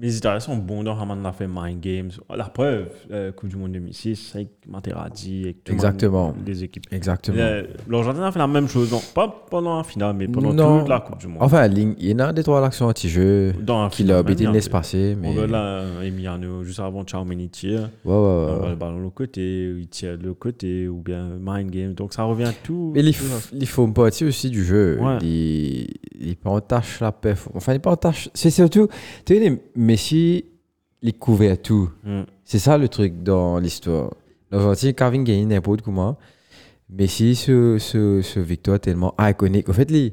les Italiens sont bons dans comment on a fait Mind Games. La preuve, euh, Coupe du Monde 2006, avec Materazzi, avec tout le monde, Exactement. les équipes. Exactement. Euh, L'Argentine a fait la même chose, non, pas pendant un final, mais pendant Non. toute la Coupe du Monde. Enfin, Ling- il y en a des trois l'actions anti-jeu dans un qui final, l'a bêté, il manière, laisse passer. Mais... On Ouais, voit là euh, Emiliano, juste avant Charmini tire, ouais, ouais. on voit le ballon de l'autre côté, ou il tire de l'autre côté, ou bien Mind Game. Donc ça revient à tout. Mais il tout ça. f- il faut une partie aussi du jeu. Ouais. Il, il peut en tâche la perf. Enfin, il peut en tâche. C'est surtout, tu sais, les- Messi, il couvrait tout. Mm. C'est ça le truc dans l'histoire. L'Argentine, Carving gagne n'importe comment. Messi, ce, ce, ce victoire tellement iconique. En fait, les,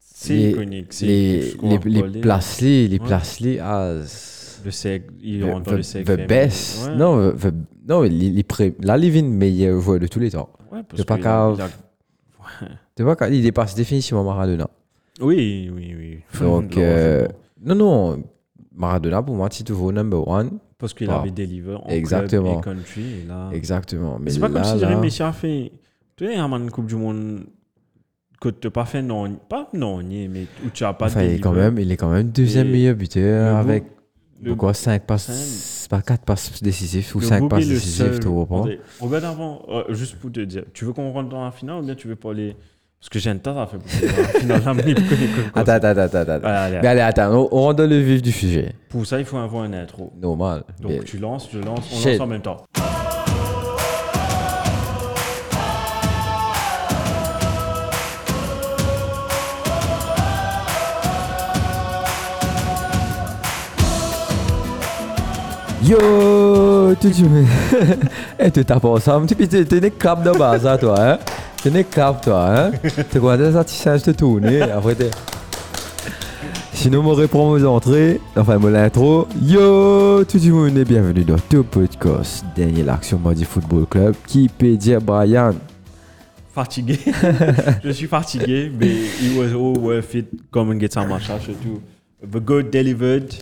C'est Les- iconique. c'est les, ce qu'on les, va les coller. places les ah, Ouais. places as. Le sec, il rentre dans le The, sec. the best. Non, the- the- non, les, les pré- là, il est le meilleur joueur de tous les temps. c'est de pas grave. Tu vois, quand il dépasse définitivement Maradona. Oui, oui, oui. Donc, Non, euh, je- non, non, Maradona, pour moi, si tu veux number one, Parce qu'il bah, avait deliver en exactement. club et country. et là... exactement. Mais Ah. C'est pas là, comme si là, Jérémy Messi a fait. Tu sais, avant une Coupe du Monde, que tu n'as pas fait non. Pas non, mais où tu n'as pas enfin, il, est deliver. quand même, il est quand même deuxième Et meilleur buteur le avec Le- quoi, 5 passes, cinq- pas 4 passes décisives ou le 5 Bobby passes est le décisives, seul- tu reprends. Attendez, Robert, avant, euh, juste pour te dire, tu veux qu'on rentre dans la finale ou bien tu veux pas aller. Parce que j'ai un tas à faire pour qu'on rentre dans la finale. là, mais pour que- Attends, Ben- attends, attends, attends. attends. Voilà, allez, Mais allez, attends, on, on rentre dans le vif du sujet. Pour ça, il faut avoir une intro. Normal. Donc Mais- tu lances, je lance, on Shit. lance en même temps. Yo, tout du monde. Et eh, tu tapes ensemble. Tu t'es t'es une cap de base, hein, toi. Hein? T'es une cap, toi. Hein? T'es quoi, ça, tu sais, je te tourne. et Après, t'es. Sinon, on reprend aux entrées. Enfin, mon intro. Yo, tout du monde, et bienvenue dans Top Podcast. Dernière action Mardi Football Club. Qui peut dire Brian? Fatigué. je suis fatigué, mais it was all worth it. Come and get some matcha, surtout. The good delivered.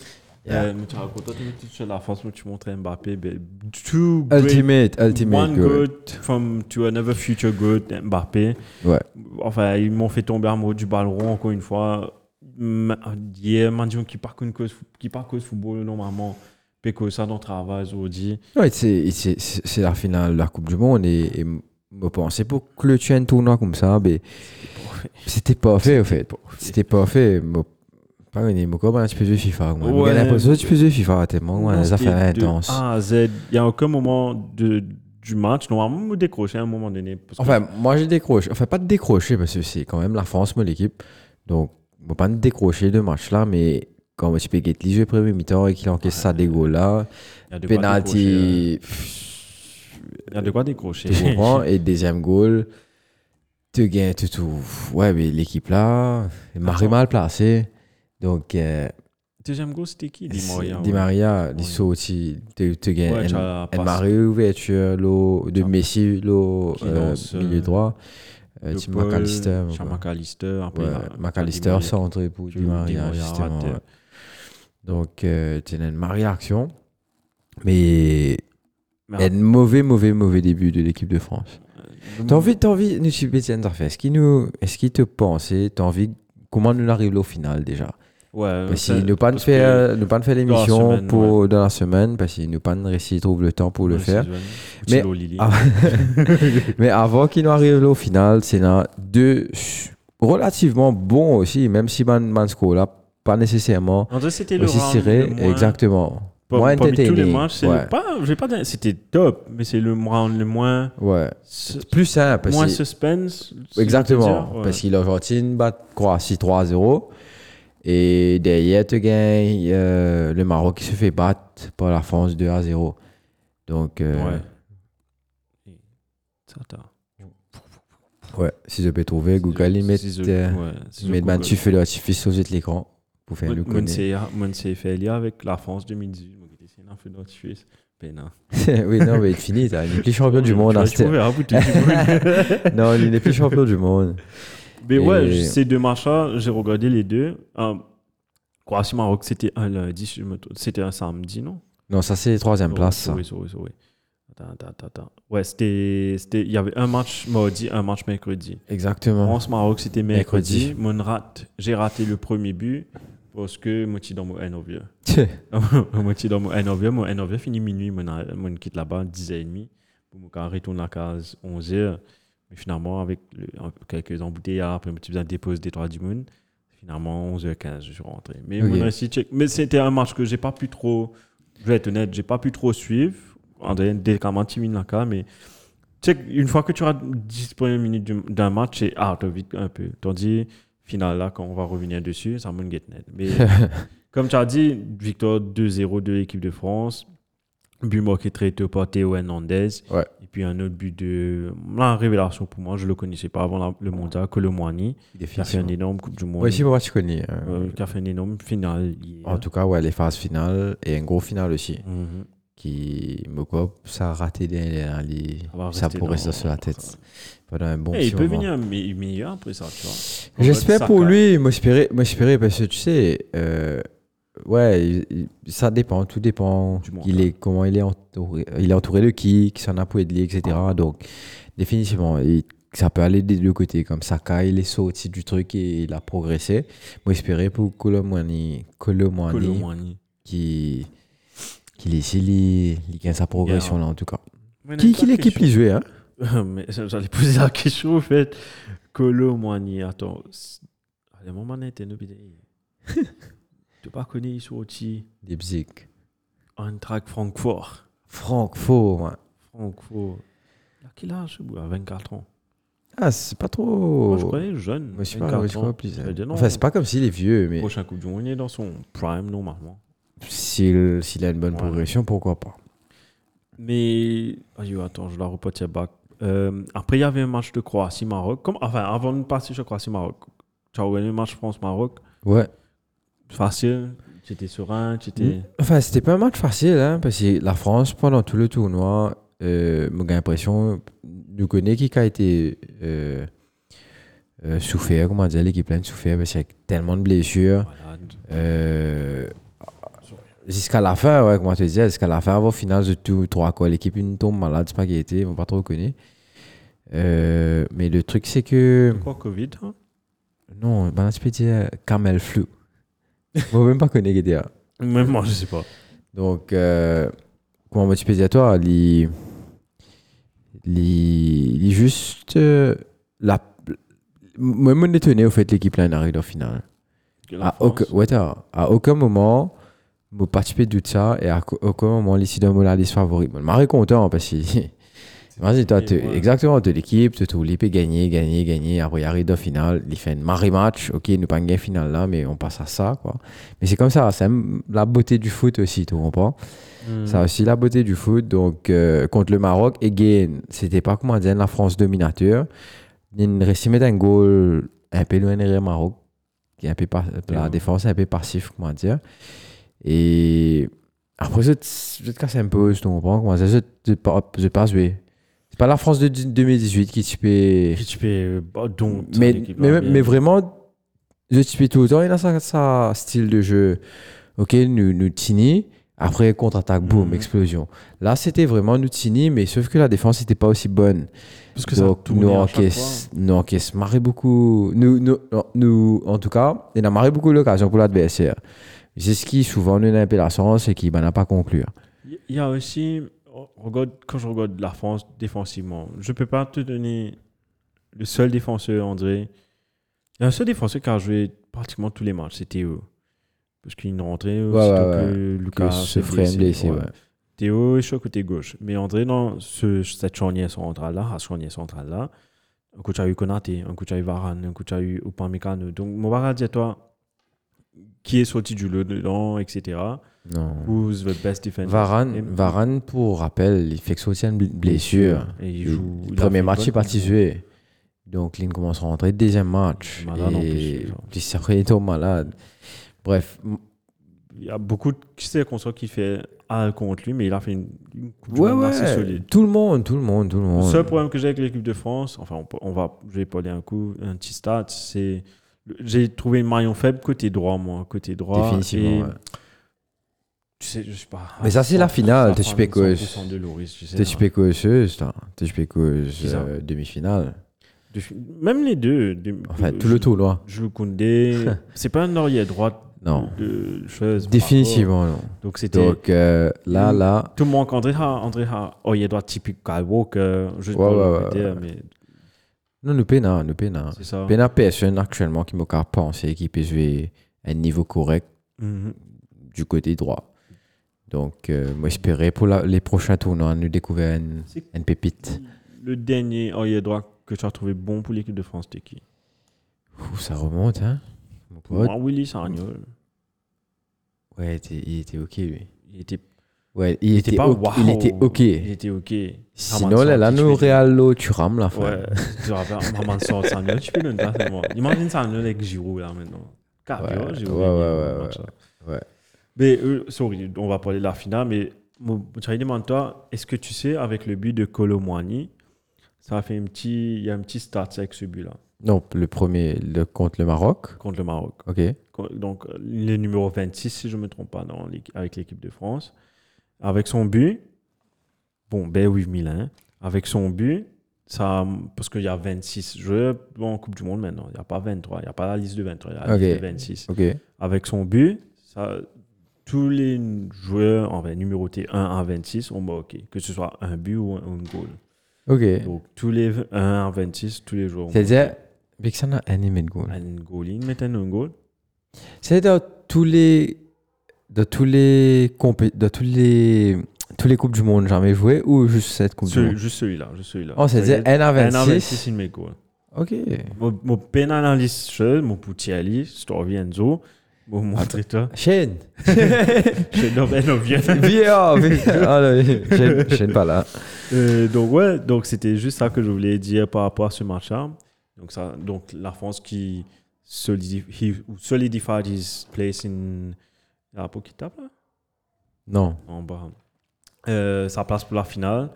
Yeah. Euh, mais tu racontes, toi, tu sur la France, mais tu montres Mbappé. but Two great. Ultimate, ultimate. One goal. good. from to another future good, Mbappé. Ouais. Enfin, ils m'ont fait tomber amoureux du ballon, encore une fois. Ma- Hier, Mandion qui part une cause, qui part cause football, normalement. Péco, ça dans le travail, aujourd'hui. Ouais, c'est- c'est c'est- c'est la finale de la Coupe du Monde et, et je pensais pour clôturer un tournoi comme ça, mais c'était pas fait en fait. C'était pas fait. Moi, Pas gagné, moi, comment tu peux jouer FIFA moi Moi, Ouais. j'ai l'impression que tu peux jouer FIFA tellement, moi, Non, ça fait c'était de intense. A à Z, il n'y a aucun moment de, du match. Normalement, on me décrocher à un moment donné. parce que- Enfin, moi j'ai décroché, enfin pas de décroché parce que c'est quand même la France, moi l'équipe. Donc, moi pas de décrocher de match là, mais quand tu peux get les jeux premier mi-temps et qu'il encaisse ça des goals là, il y a de quoi décrocher, euh, penalty. Il y a de quoi décrocher. Tu comprends Et deuxième goal, tu gagnes tout, tout. Ouais, mais l'équipe là, Marie Attends. mal placée. Donc, euh, Deuxième goal, c'était qui Di Maria. Di Maria, Ouais. il saute aussi. Tu tu gagnes. Ouais, tu un- as un passé Marie ouverture, l'eau de Ça. Messi, l'eau Qui euh, lance, euh, milieu droit. Euh, de Tim Paul, McAllister. Tim quoi. McAllister. après, Ouais, il a- Di McAllister Maria. centré pour Di Di Maria, Maria, justement. raté. ouais. Donc, euh, tu as une Marie action. Mais. Mais Un mauvais, mauvais, mauvais début de l'équipe de France. euh, T'as envie, t'as envie, nous suivons Étienne Tarfait. Est-ce qu'il nous, est-ce qu'il te pense, et t'as envie, comment nous arrivons au final déjà Ouais, Parce ça- qu'il nous pas Euh, de parce faire, euh, nous pas de faire l'émission semaine, pour dans la semaine, parce qu'il nous pas de réussir, trouve le temps pour que- le faire. Sylvain, Mais- Thilo Lili. Ah. Mais avant qu'il nous arrive au final, c'est là deux ch- relativement bons aussi, même si Man Mansko là, pas nécessairement En vrai, c'était le aussi round serré, le moins- exactement. par- moins parmi tous les entertaining, matchs, c'est ouais. le- pas- j'ai pas dit- c'était top, mais c'est le round le moins. Ouais, ce- plus simple. parce Moins que- suspense. si je peux Exactement. dire, ouais. Parce que l'Argentine bat Croatie 3-0. Et derrière, tu gagnes euh, le Maroc qui se fait battre par la France 2-0. Donc, euh, Ouais. Ça, t'as- ouais. si je peux trouver, Google, il met, Si je- euh, ouais, si il je met Google. un petit feu d'artifice sur l'écran pour faire Mon- le mon connaître. c'est- mon c'est fait lier avec la France 2018. Mon c'est un peu notre Suisse. Ben non. oui, non, mais il finit. hein. Il est plus champion du Tu monde. vois, hein, je c'était- pouvais, hein, vous tous, tu vois. non, il est plus champion du monde. Mais Et- ouais, je- ces deux matchs-là, j'ai regardé les deux. Euh, Croatie-Maroc, c'était un lundi, si je me trompe. c'était un samedi, non Non, ça, c'est troisième Oh, place. ça. Oui, oui, oui. Attends, attends, attends, attends. Ouais, c'était. c'était- Il y avait un match mardi, un match mercredi. Exactement. France-Maroc, c'était Mercredi. mercredi. Mon rate, j'ai raté le premier but parce que Moti dans mon haine au vieux. moitié. à moitié dans E. mon 1h, E, mon 1h finit minuit, mon, mon quitte là-bas 10h30 pour mon car retourne à la case 11h. Mais finalement, avec le- un- quelques embouteillages, puis un petit peu de dépose des trois du monde, finalement 11h15, je suis rentré. Mais Ok. mon récit check. Mais c'était un match que j'ai pas pu trop, je vais être honnête, j'ai pas pu trop suivre. André, dès qu'à Mantimine là mais check, une fois que tu as 10 premières minutes du- d'un match, c'est out of it un peu. Tandis, final là, quand on va revenir dessus, ça me get net. Mais comme tu as dit, victoire 2-0 de l'équipe de France. But marqué très tôt par Théo Hernandez. Ouais. Et puis un autre but de. La révélation pour moi, je ne le connaissais pas avant la- le mondial, Colomwani, qui a fait un énorme Coupe du Monde. Ouais, si moi je connais. hein. euh, qui a fait un énorme final. hier. En tout cas, ouais, les phases finales et un gros final aussi. Mhm. Qui me ça a raté les, les- les- Ça va ça rester pourrait dans- rester sur la tête pendant un bon Eh, petit il peut moment. venir un me- meilleur après ça, tu vois. J'espère Saka. pour lui, m'espérer, m'espérer parce que tu sais, euh, ouais, il- il- ça dépend, tout dépend. Du Il mental. est comment il est entouré, il est entouré de qui, qui s'en a pour aider, etc. Ah. Donc définitivement, il- ça peut aller des deux côtés. Comme Saka, il est sorti du truc et il a progressé. M'espérer pour Colomwani, Colomwani, Colomwani. qui qui est ici, il- il gagne sa progression Gagne. là en tout cas. Mais Qui, n'est-ce qui pas l'équipe quelque qui jouait hein chose- Mais ça- J'allais poser la question, en fait. Colomwani, attends. c'est- À un moment, on était nos bidets. Tu pas connu, ils sont aussi. Leipzig, Eintracht Francfort. Francfort. ouais. Franco. Il a quel âge ce bout À 24 ans. Ah, c'est pas trop. Moi, je croyais jeune. Moi, je sais 24 pas, je crois ans. plus. hein. Ça veut dire non. Enfin, c'est pas comme s'il est vieux, mais Prochain Coupe du Monde, il est dans son prime normalement. s'il s'il a une bonne Ouais. progression, pourquoi pas Mais. Ah, yo, attends, je la repote back. Euh, après, il y avait un match de Croatie-Maroc. Comme... Enfin, avant de passer sur Croatie-Maroc, tu as regardé le match France-Maroc. Ouais. Facile. Tu étais serein, tu étais. Enfin, c'était pas un match facile, hein, parce que la France, pendant tout le tournoi, euh, moi, j'ai l'impression, nous connaît qui a été euh, euh, souffert, comment dire, l'équipe pleine de souffert, parce qu'il y a tellement de blessures. Voilà. Euh, jusqu'à la fin, ouais, comment te dire, jusqu'à la fin, avant le final de tout, trois quoi. L'équipe une tombe malade, c'est pas qui était, on va pas trop reconnaître. Euh, mais le truc, c'est que. Quoi, Covid hein Non, ben, je peux dire Camel Flu. Moi, même pas connaître qui était là. Même moi, je sais pas. Donc, euh, comment tu peux dire, toi, les. Les. les juste. euh, la. Moi, je suis étonné au fait l'équipe là, elle arrive en finale. La À France, aucun, ouais, t'as- à aucun moment, je participais de tout ça et à co- aucun moment, l'issue d'un mot là, l'issue favorite. Je suis content hein, parce que, vas-y, toi, t'es- ouais. exactement, de l'équipe, tu trouves l'épée gagner, gagner, gagner. Après, il arrive au final, il fait un marée match. Ok, nous pas gagné final là, mais on passe à ça, quoi. Mais c'est comme ça, c'est même la beauté du foot aussi, tu comprends? Hmm. Ça aussi la beauté du foot. Donc, euh, contre le Maroc, again, c'était pas comment dire la France dominateur. Il restait mettre un goal un peu loin derrière le Maroc, qui est un peu par- la Ouais. défense est un peu passif, comment dire. Et après, je te je te casse un peu, je te comprends. Comment dire, je te pas, je pas joué. C'est pas la France de 2018 qui te fait. Puis tu peux. euh, bah, donc, Mais, l'équipe, mais, là, mais bien. vraiment, je suis tout le temps, il a ça, ça style de jeu. Ok, nous, nous tini, après contre-attaque, boum, Mhm. explosion. Là, c'était vraiment nous tini, mais sauf que la défense n'était pas aussi bonne. Parce que ça Donc, tournait nous à chaque encaisse, nous encaisse, marrer beaucoup. Nous, nous, nous, en tout cas, il a marré beaucoup l'occasion pour l'adversaire. C'est ce qui souvent nous a un peu la sens et qui ben, n'a pas conclu. Il y a aussi, on regarde, quand je regarde la France défensivement, je peux pas te donner le seul défenseur, André. Il y a un seul défenseur qui a joué pratiquement tous les matchs, c'est Théo. Parce qu'il est rentré, Ouais, aussitôt ouais, ouais. que Que Lucas ce s'est frère blessé, blessé, ouais. ouais. Théo est sur le côté gauche. Mais André, dans ce, cette charnière centrale-là, à charnière centrale-là, un coup, tu as eu Konaté, un coup, tu as eu Varane, un coup, tu as eu Upamecano. Donc, mon va dire, toi, qui est sorti du lot dedans, etc. Non. Who's the best defender Varane, Et- Varane, pour rappel, il fait que sortir une bl- blessure. Et il Le joue. il a fait premier une match, il est bonne parti jouer. Donc, Lynn commence à rentrer. Deuxième match. Malade en plus, et genre. puis, c'est vrai, il est au malade. Bref. m- Il y a beaucoup de circonstances qui fait un contre lui, mais il a fait une, une coupe du Ouais, monde ouais. assez solide. Tout le monde, tout le monde, tout le Le monde. seul problème que j'ai avec l'équipe de France, enfin, on, peut- on va, je vais parler un coup, un petit stat, c'est j'ai trouvé le maillon faible côté droit, moi, côté droit. Définitivement. Et, ouais. Tu sais, je sais pas. Mais ça, c'est la finale, t'es super cause. de Loris, tu sais, T'es hein. super causeuse, toi. T'es super cause C'est ça. euh, demi-finale. De- Même les deux. de- Enfin, de- tout le tour, loin. Jules Koundé, c'est pas un oreiller droite Non. de choses. Définitivement, non. Donc, c'était. Donc euh, là, Mm. là. Tout le monde André Ha, André Ha, oh, il doit typique Skywalk, euh, juste Ouais, pour ouais, le ouais, dire, mais Non, nous peinons, nous peinons. c'est ça. Il y en a personne actuellement qui me pense penser qu'il peut jouer à un niveau correct Mhm. du côté droit. Donc, euh, moi, j'espérais pour la- les prochains tournois nous découvrir une, C'est- une pépite. Le dernier oh, il doit que tu as trouvé bon pour l'équipe de France, c'était qui Ouh, ça remonte, hein Mon Pour pote. moi, Willy Sagnol. Ouais, il était, il était OK, lui. Il était, Ouais, il, était, pas ok- wow. il était OK. Il était OK. Sinon, là, là, nous, Real, là, tu rames la fin. Ouais, tu rappelles, maman sort Sagnol, tu peux le dire, c'est moi. Imagine Sagnol avec Giroud, là, maintenant. Carrément, Ouais, Giroud. il ouais, gagne ouais, le ouais, match, là. ouais. Mais, euh, sorry, on va parler de la finale, mais mon- Charlie demande-toi, est-ce que tu sais, avec le but de Colomwani, ça a fait un petit, il y a un petit start avec ce but-là, Non, le premier, le contre le Maroc. contre le Maroc. OK. Quand- donc euh, il est numéro 26 si je ne me trompe pas dans l'équ- avec l'équipe de France avec son but bon ben oui Milan avec son but ça parce qu'il y a 26 joueurs bon, en Coupe du Monde maintenant il n'y a pas 23 il n'y a pas la liste de 23 il y a la Ok. liste de 26 OK. avec son but ça tous les joueurs en fait, numérotés 1 à 26 ont marqué que ce soit un but ou un, un goal OK. donc tous les 1 à 26 tous les joueurs ont C'est-à-dire, Bixan a animé de goal. un goal ils mettent un goal C'est dans tous les dans tous les compé- dans tous les tous les coupes du monde jamais jouées ou juste cette coupe du Celui- monde. juste celui-là juste celui-là Oh, c'est dire N à Euh, 26. il met goal. OK. Mon, mon pénal en liste seul, mon Poutiali, Story Enzo, mon Montrita, Shane. chez Novenovien. VR. Ah, Shane, Shane pas là. Euh, donc, ouais, donc c'était juste ça que je voulais dire par rapport à ce match-là. Donc, ça, donc la France qui solidi- he- solidified his place in la Pokita, là, Non. en bas. Euh, sa place pour la finale,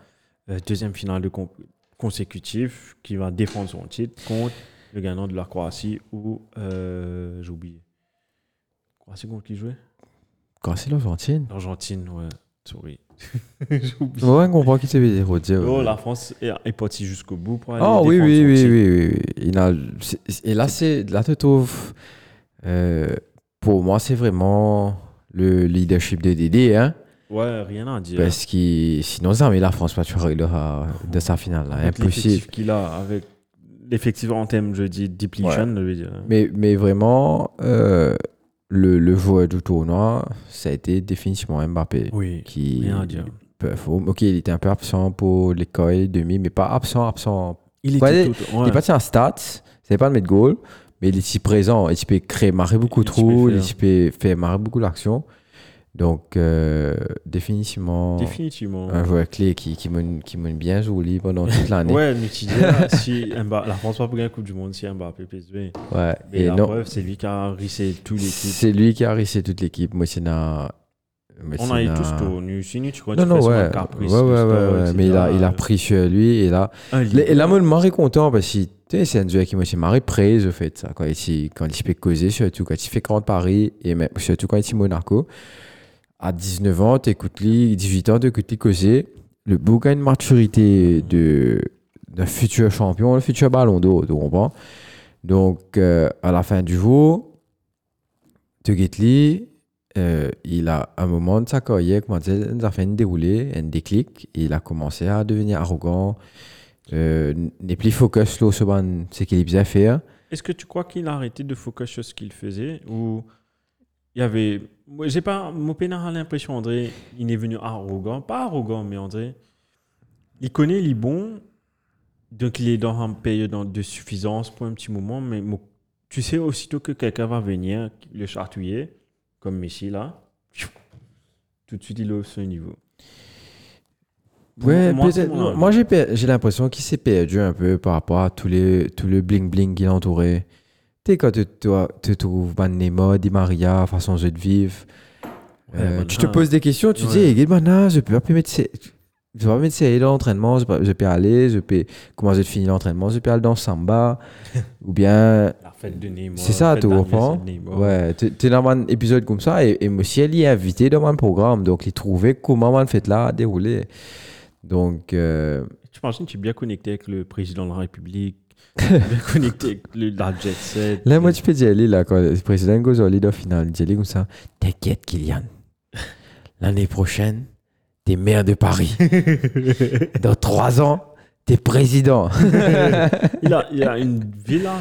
euh, deuxième finale de con- consécutive qui va défendre son titre contre le gagnant de la Croatie ou euh, j'ai oublié. Croatie contre qui jouait Quand c'est l'Argentine. L'Argentine, ouais. Sorry. j'ai oublié. Ouais, on comprend qui c'est veut dire. Oh, Dieu. Oh, la France est, est partie jusqu'au bout pour aller Oh, oui défendre oui son oui, titre. oui oui oui. Il a- c'est- et là c'est là tu trouves euh, pour moi c'est vraiment le leadership de Dédé hein. Ouais, rien à dire. Parce que sinon, ça, mais la France pas tu réglera de sa finale. là. Avec Impossible. L'effectif qu'il a, avec l'effectif en thème, je dis depletion, je veux dire. Mais, mais vraiment, euh, le, le joueur du tournoi, ça a été définitivement Mbappé. Oui, Qui rien à dire. peut- faut- ok, il était un peu absent pour l'école, demi, mais pas absent, absent. Il était Ouais, tout, Il est parti en stats, c'est pas le mettre goal, mais il est si présent. Il peut créer, marrer beaucoup Il de trous, peut il faire. peut faire marrer beaucoup d'action. Donc, euh, définitivement, Définitivement. un joueur clé qui, qui, mène, qui mène bien joué pendant toute l'année. Ouais, mais tu dis, là, si Mba- la France va pour gagner la Coupe du Monde, si Mbappé PSV. Ouais. Mais Et la non, preuve, c'est lui qui a rissé tout l'équipe. C'est lui qui a réussi toute l'équipe. Messina. On a eu tous tournu. Si nous, tu crois que Non, tu fais non, souvent ouais. le caprice, ouais, le ouais, ouais, store, ouais. etc. Mais il a, il a pris sur lui. Et là, Un et livre. là, moi, je me suis content parce que tu sais, c'est un joueur qui m'a aussi marré prise, au fait. Ça. Quand, il, s'y- quand il peut causer, surtout quand il fait Grand Paris et même, surtout quand il est Monaco. À 19 ans, t'écoutes lui, 18 ans, t'écoutes lui causer. Le bouc a une maturité de d'un futur champion, le futur ballon d'eau, tu comprends? Donc, euh, à la fin du jour, Tugetli, euh, il a un moment de sa carrière, comment dire, il a fait une déroulée, un déclic, et il a commencé à devenir arrogant, euh, n'est plus focus sur ce ban- ce qu'il faisait faire. Est-ce que tu crois qu'il a arrêté de focus sur ce qu'il faisait Ou il y avait. Moi, J'ai pas. Mopénard a l'impression, André, il est venu arrogant. Pas arrogant, mais André, il connaît les bons. Donc, il est dans un période en- de suffisance pour un petit moment. Mais Mo- tu sais, aussitôt que quelqu'un va venir le chartuyer, comme Messi là, tout de suite, il hausse son niveau. Ouais, Moi, c'est peut-être. mon non, avis. Moi, j'ai per- j'ai l'impression qu'il s'est perdu un peu par rapport à tout, les, tout le bling-bling qui l'entourait. Tu sais, quand tu toi, tu trouves Ban Nemo, Di Maria, façon jeu de vivre, Ouais, euh, Van tu te Gaal. poses des questions, tu te Ouais. dis, eh, ben, non, je peux pas plus mettre ces- je peux pas mettre ces dans l'entraînement, je peux, je peux aller, je peux commencer de finir l'entraînement, je peux aller dans le samba, ou bien La fête de Neymar. c'est ça, la tu fête comprends d'anniversaire de Neymar. Ouais, tu es dans un épisode comme ça et, et monsieur, il est invité dans un programme. Donc, il trouvait comment man fait là dérouler. Donc, euh, Tu imagines, tu es bien connecté avec le président de la République, bien connecté avec le- la jet set. Là, moi, tu peux dire, lui, là, quand le président Gozo, leader final, il dit lui comme ça T'inquiète, Kylian. L'année prochaine, t'es maire de Paris. Dans trois ans, t'es président. il, a, il a une villa,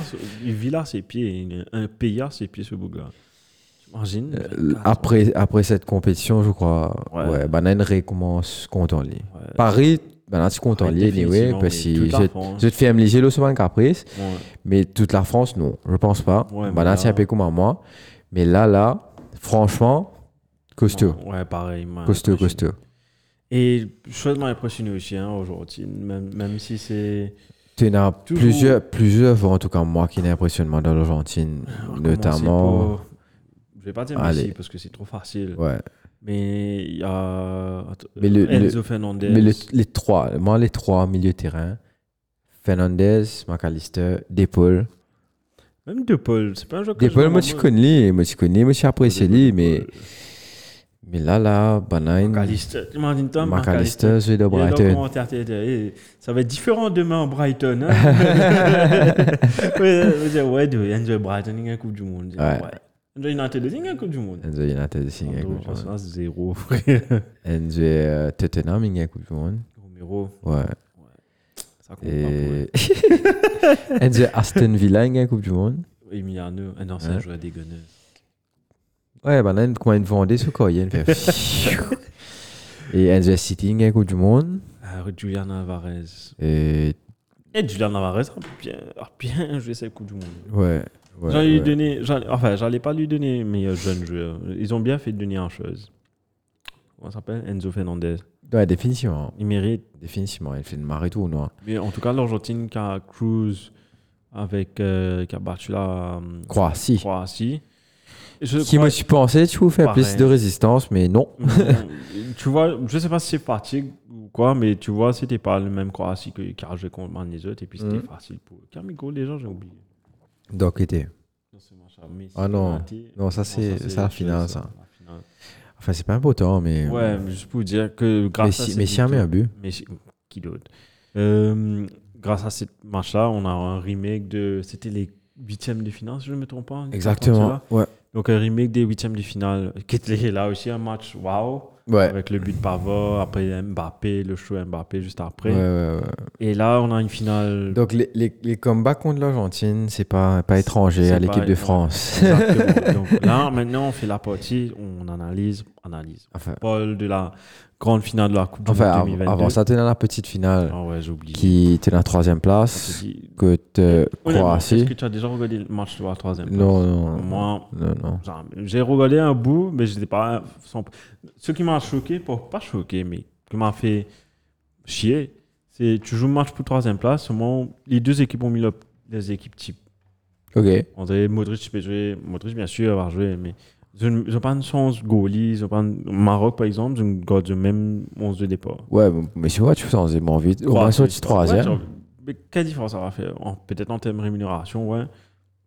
une villa à ses pieds, une- un pays à ses pieds, ce bouga. J'imagine. Euh, après, après cette compétition, je crois, Ouais. ouais, Banane recommence contre en ligne. Ouais. Paris, Banane, tu comptes en ligne, anyway, Définitivement, parce mais que toute la je, France. je te fais aimer les gélos sur un caprice, Ouais. mais toute la France, non, je pense pas. Ouais, mais Banane, là- c'est un peu comme à moi. Mais là, là, franchement, costaud, Ouais, pareil. m'a costaud, impressionné. costaud. Et je m'a impressionné aussi hein, aujourd'hui, même, même si c'est. Tu en as Toujours- plusieurs, plusieurs, en tout cas moi, qui n'ai impressionnement dans l'Argentine, Alors, Ah, comment notamment. c'est pas- Je vais pas dire Allez. Messi parce que c'est trop facile. Ouais. Mais il y a attends, Mais le- le- Enzo Fernandez. Mais le- les trois, moi, les trois milieux de terrain, Fernandez, McAllister, Depaul. Même De Paul, c'est pas un joueur que Des Ah, je fois, moi, vraiment- tu connais, moi, tu connais, moi, tu apprécies lui, De mais, Paul. mais là, là, Banane, McAllister, imagine-toi, McAllister. McAllister, celui de Et là, Brighton. comment t'as- t'as- t'as- eh, Ça va être différent demain en Brighton. hein. ouais, vous dites, ouais, de Enzo Brighton, il y a une Coupe du Monde. Ouais. Enzo United, il y a une Coupe du Monde. Enzo United, il signe la Coupe Enzo, du ça, Monde. zéro, frère. hein. Enzo euh, Tottenham, il gagne la Coupe du Monde. Romero, Ouais. ça compte pas pour lui. Et Enzo Aston Villa, il gagne la Coupe du Monde. Emiliano, ah non, c'est un Hein? joueur dégueulasse. Ouais, Banane, comment il vendait ce courrier il fait Et Enzo City, il gagne la Coupe du Monde. Ah, Julian Alvarez. Et Et Julian Alvarez a bien, a bien joué cette Coupe du Monde. ouais. ouais, j'allais lui ouais. donner, j'allais- enfin, j'allais pas lui donner meilleur jeune joueur. Ils ont bien fait de donner un chose. Comment ça s'appelle Enzo Fernandez. Ouais, définitivement. Il mérite. Définitivement. Il fait une marée tout, non Mais en tout cas, l'Argentine qui a Cruz avec, euh, qui a battu la euh, Croatie. Croatie. Je Qui crois- me suis pensé, tu vous faire plus Pareil. de résistance, mais non. Mhm. tu vois, je sais pas si c'est fatigue ou quoi, mais tu vois, c'était pas le même Croatie que qui a joué contre Man les autres, et puis c'était Mhm. facile pour eux. Camigo, les gens, j'ai oublié. Donc, était. Non, c'est machin, mais Ah c'est non. Penalty. Non, ça, c'est c'est ça, la autre finale, chose, ça. la finale. Enfin, c'est pas important, mais. Ouais, mais juste pour dire que grâce euh, mais à si, cette mais si un met victoire- un but. Messi- qui d'autre Euh, Grâce à cette match-là, on a un remake de. C'était les huitièmes de finale, si je ne me trompe pas. Exactement. Ouais. Donc un remake des huitièmes de finale, qui était là aussi un match waouh. Ouais. avec le but de Pavard, après Mbappé, le show Mbappé juste après. Ouais, ouais, ouais. Et là, on a une finale. Donc, les, les, les combats contre l'Argentine, c'est pas, pas étranger C'est à l'équipe pas- de France. Exactement. Donc là, maintenant, on fait la partie, on analyse, analyse. enfin, Paul de la grande finale de la Coupe du enfin Monde av- 2022. avant ça, t'es dans la petite finale Ah ouais, j'ai oublié. qui était la troisième Je te place. dis- Côte Honnêtement, Est-ce Croatie. que tu as déjà regardé le match de la troisième place Non, non. Moi, Non, non. genre, j'ai regardé un bout, mais j'étais pas. sans- Ce qui m'a choqué, pour- pas choqué, mais qui m'a fait chier, c'est tu joues le match pour troisième place, seulement les deux équipes ont mis le- les équipes type. Ok. On dirait Modric, tu peux jouer. Modric, bien sûr, avoir joué, mais ils ont- ils n'ont pas une chance goalie. Ils ont pas une- Maroc, par exemple, ils ont gardé le même 11 de départ. Ouais, mais tu vois, tu fais ça, c'est bon vite. Au moins, sorti Ouais, troisième. genre, mais quelle différence ça va faire En- Peut-être en termes de rémunération, ouais.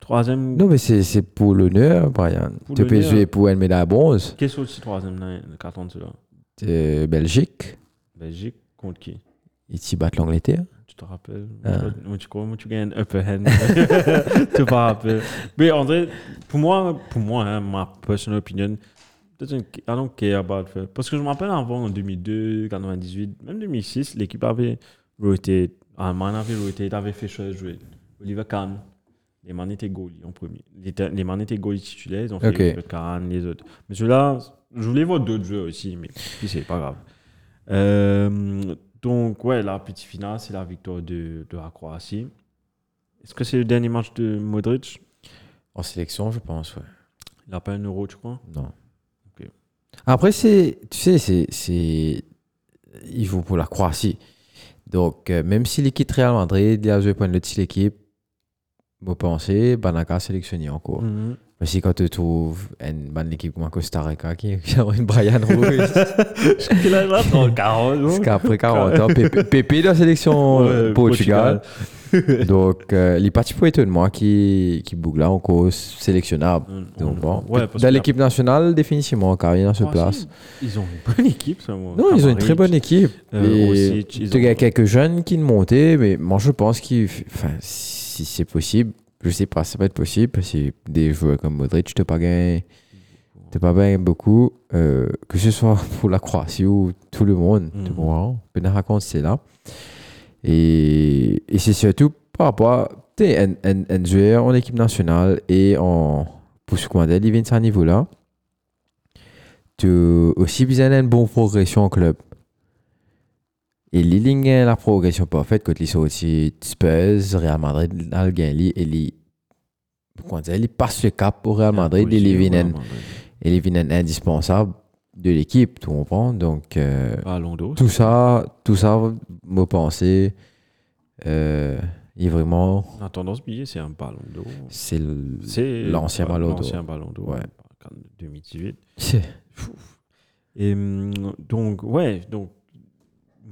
Troisième, Non, mais c'est c'est pour l'honneur, Brian. Pour Tu peux l'honneur. jouer pour une médaille à bronze. qu'est-ce aussi troisième, là, le carton de cela T'es Belgique. Belgique contre qui Ils t'y battent l'Angleterre. Tu te rappelles Ah. Moi, tu crois, moi, tu gagnes un upper hand. tu te rappelles. Mais en vrai, pour moi, pour moi hein, ma personal opinion, doesn't ca- I don't care about it. Parce que je me rappelle avant, en 2002, 98, même 2006, l'équipe avait roté. Allemagne avait roté, avait fait chose jouer. Oliver Kahn. Les man étaient goalies en premier. Les, ta- les man étaient goalies titulaires, ils ont fait Ok. Oliver Kahn, les autres. Mais ceux-là, je voulais voir d'autres jeux aussi, mais puis c'est pas grave. Euh, donc, ouais, la petite finale, c'est la victoire de, de la Croatie. Est-ce que c'est le dernier match de Modric En sélection, je pense, ouais. Il n'a pas un euro, tu crois Non. Ok. Après, c'est, tu sais, c'est, c'est, il faut pour la Croatie. Donc, euh, même s'il quitte Real Madrid, il a joué pour une petite équipe, vous pensez, Banaka sélectionné encore. Mhm. Mais si quand tu trouves une bonne équipe comme Costa Rica, qui qui a une Brian Ruiz, Il a là, dans le carreau, non parce qu'après 40 ans, Pépé- Pépé de la sélection euh, Ouais, Portugal. Donc, euh, il est parti pour étonnement qui, qui bouge là encore sélectionnable. Hum, Donc, on- bon. ouais, parce que Ah, Dans la l'équipe nationale, définitivement, car il est dans ce Croatie, place. Ils ont une bonne équipe, ça, moi. Non, ils ont une Tamarit, très bonne équipe. euh, Et Rosic, ils il y a ont- quelques jeunes qui ne montaient, mais moi je pense qu'ils. Enfin, si c'est possible. Je sais pas, ça peut être possible parce que des joueurs comme Modric, t'as pas gagné, t'as pas gagné beaucoup, euh, que ce soit pour la Croatie ou tout le monde. Mhm. Tu vois, Benarakan, c'est là. Et, et c'est surtout par rapport à t'es un, un- un joueur en équipe nationale et en pour ce qu'on il vient de ce niveau-là. Tu aussi besoin d'une bonne progression en club. Et Lilling a la progression parfaite quand ils sont aussi Spurs, Real Madrid, Algali, et ils, comment dire, ils passent le cap au Real Madrid, ils deviennent ils deviennent indispensables de l'équipe, tu comprends? Donc, euh, Ballon d'eau. tout ça, tout ça, me penser, euh, est vraiment, En tendance billet, c'est un ballon d'eau. c'est le- C'est l'ancien ballon d'eau. L'ancien ballon d'eau. Ouais. 2018. c'est- Et hum, donc, ouais, donc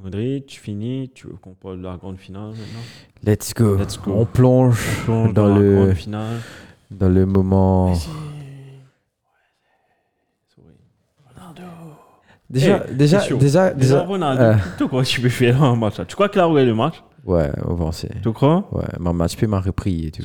Modric, fini. Tu veux qu'on parle de la grande finale maintenant Let's go. Let's go. On plonge Plonge Dans dans, la le- Oh. grande finale. dans le moment. Déjà, déjà, c'est chaud. déjà, Eh, Déjà, déjà. Ronaldo, euh. tu crois que tu peux faire dans un match là Tu crois qu'il a regardé le match Ouais, on va penser. Tu crois Ouais, ma match puis m'a repris et tout.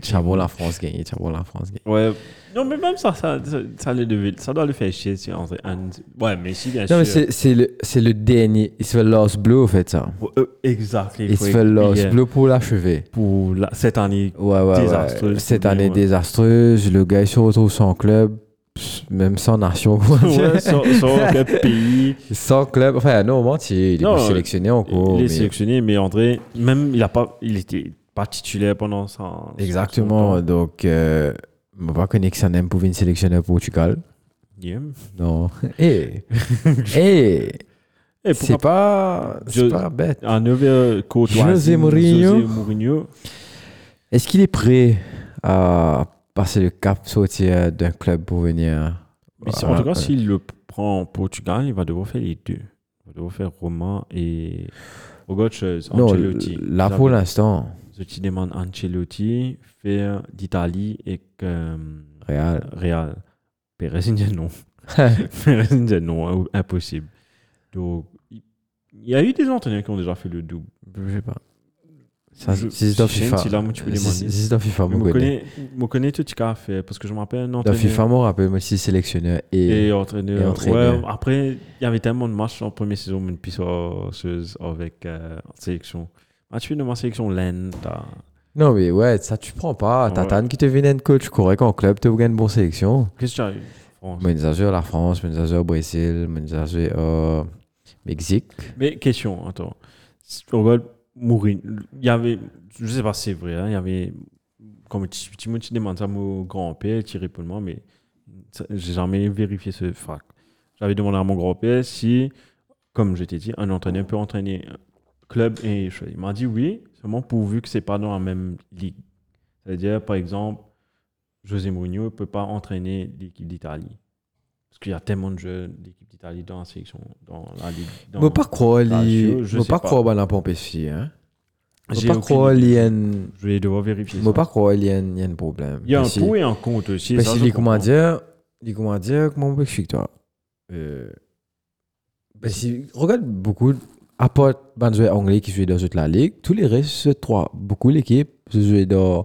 Tiens, bon, la France gagne, tiens, bon, la France gagne. Ouais. Non, mais même ça, ça, ça, ça le devait- ça doit le faire chier. si André- And- Ouais, mais si, bien Non, mais sûr. c'est c'est le, c'est le dernier. Il se fait last blow, en fait, ça. Pour eux, exact. Il se fait last blow pour l'achever. pour la- cette année. Ouais, ouais, Désastreuse, ouais. Cette pour lui, année ouais. désastreuse. Le gars, il se retrouve sans club, pss, même sans nation. quoi. Ouais, sans, sans aucun pays. sans club. Enfin, non, au moins, il est Non, sélectionné en cours. il est Oh, mais- sélectionné, mais André, même, il a pas, il était pas titulaire pendant ça. Exactement. Donc, euh, on va connaître ça même pour une sélectionner au Portugal. Non. Eh Eh Et C'est pourquoi pas, c'est Je- pas bête. pas un nouvel courtois José Mourinho. José Mourinho. Est-ce qu'il est prêt à passer le cap, sortir d'un club pour venir hein? Mais c'est- Voilà, en tout cas, ouais. s'il le prend en Portugal, il va devoir faire les deux. Il va devoir faire Romain et. Rogoches, Non, Ancelotti. là pour l'instant, Ancelotti demande Ancelotti, faire d'Italie et que- euh, Real. Real. Perez, il dit non. Perez, il dit non, hein, impossible. Donc, il il y a eu des entraîneurs qui ont déjà fait le double. Je sais pas. Ça, Je- c'est dans Shane, FIFA. c'est là où tu peux C'est- demander. C'est dans FIFA, Mais mon Je connaît. connais, je connais tout ce qu'il a fait parce que je me rappelle un Dans entraîneur. FIFA, mon rappelle, moi, c'est sélectionneur et. Et euh, entraîneur. Et entraîneur. Ouais, après, il y avait tellement de matchs en première saison, mais une piste osseuse avec euh, en sélection. Ah, tu fais de ma sélection laine. t'as- Non, mais ouais, ça, tu prends pas. Ouais. Tatane qui te vient d'un coach correct en club, tu gagnes une bonne sélection. Qu'est-ce que tu as eu France Menzazur, la France, Menzazur, Brésil, Menzazur, euh, Mexique. Mais question, attends. Au goal, Mourinho, il y avait, je sais pas si c'est vrai, hein, il y avait, comme Ti- Timothy demande ça à mon grand-père, il répond moi, mais ça- j'ai jamais vérifié ce fact. J'avais demandé à mon grand-père si, comme je t'ai dit, un entraîneur peut entraîner un club et chose. Il m'a dit oui, seulement pourvu que c'est pas dans la même ligue. C'est-à-dire, par exemple, José Mourinho ne peut pas entraîner l'équipe d'Italie. Parce qu'il y a tellement de jeux d'équipe d'Italie dans la sélection, dans la ligue. dans- Moi, pas croire, Ah, li- je- je moi, sais pas pas. croire, bah, la pompe ici, hein. Moi, J'ai pas aucune croire, idée. il y a un, Je vais devoir vérifier. moi, ça. pas croire, il y a un, il y a un problème. Ben, Il y a un Parce- pour et un contre aussi. Parce ça, que je les comprends. commandeurs, les commandeurs, comment on peut expliquer, toi? Euh, parce que regarde beaucoup, à part les joueurs anglais qui jouent dans toute la ligue, tous les restes, ceux trois, beaucoup l'équipe, se jouent dans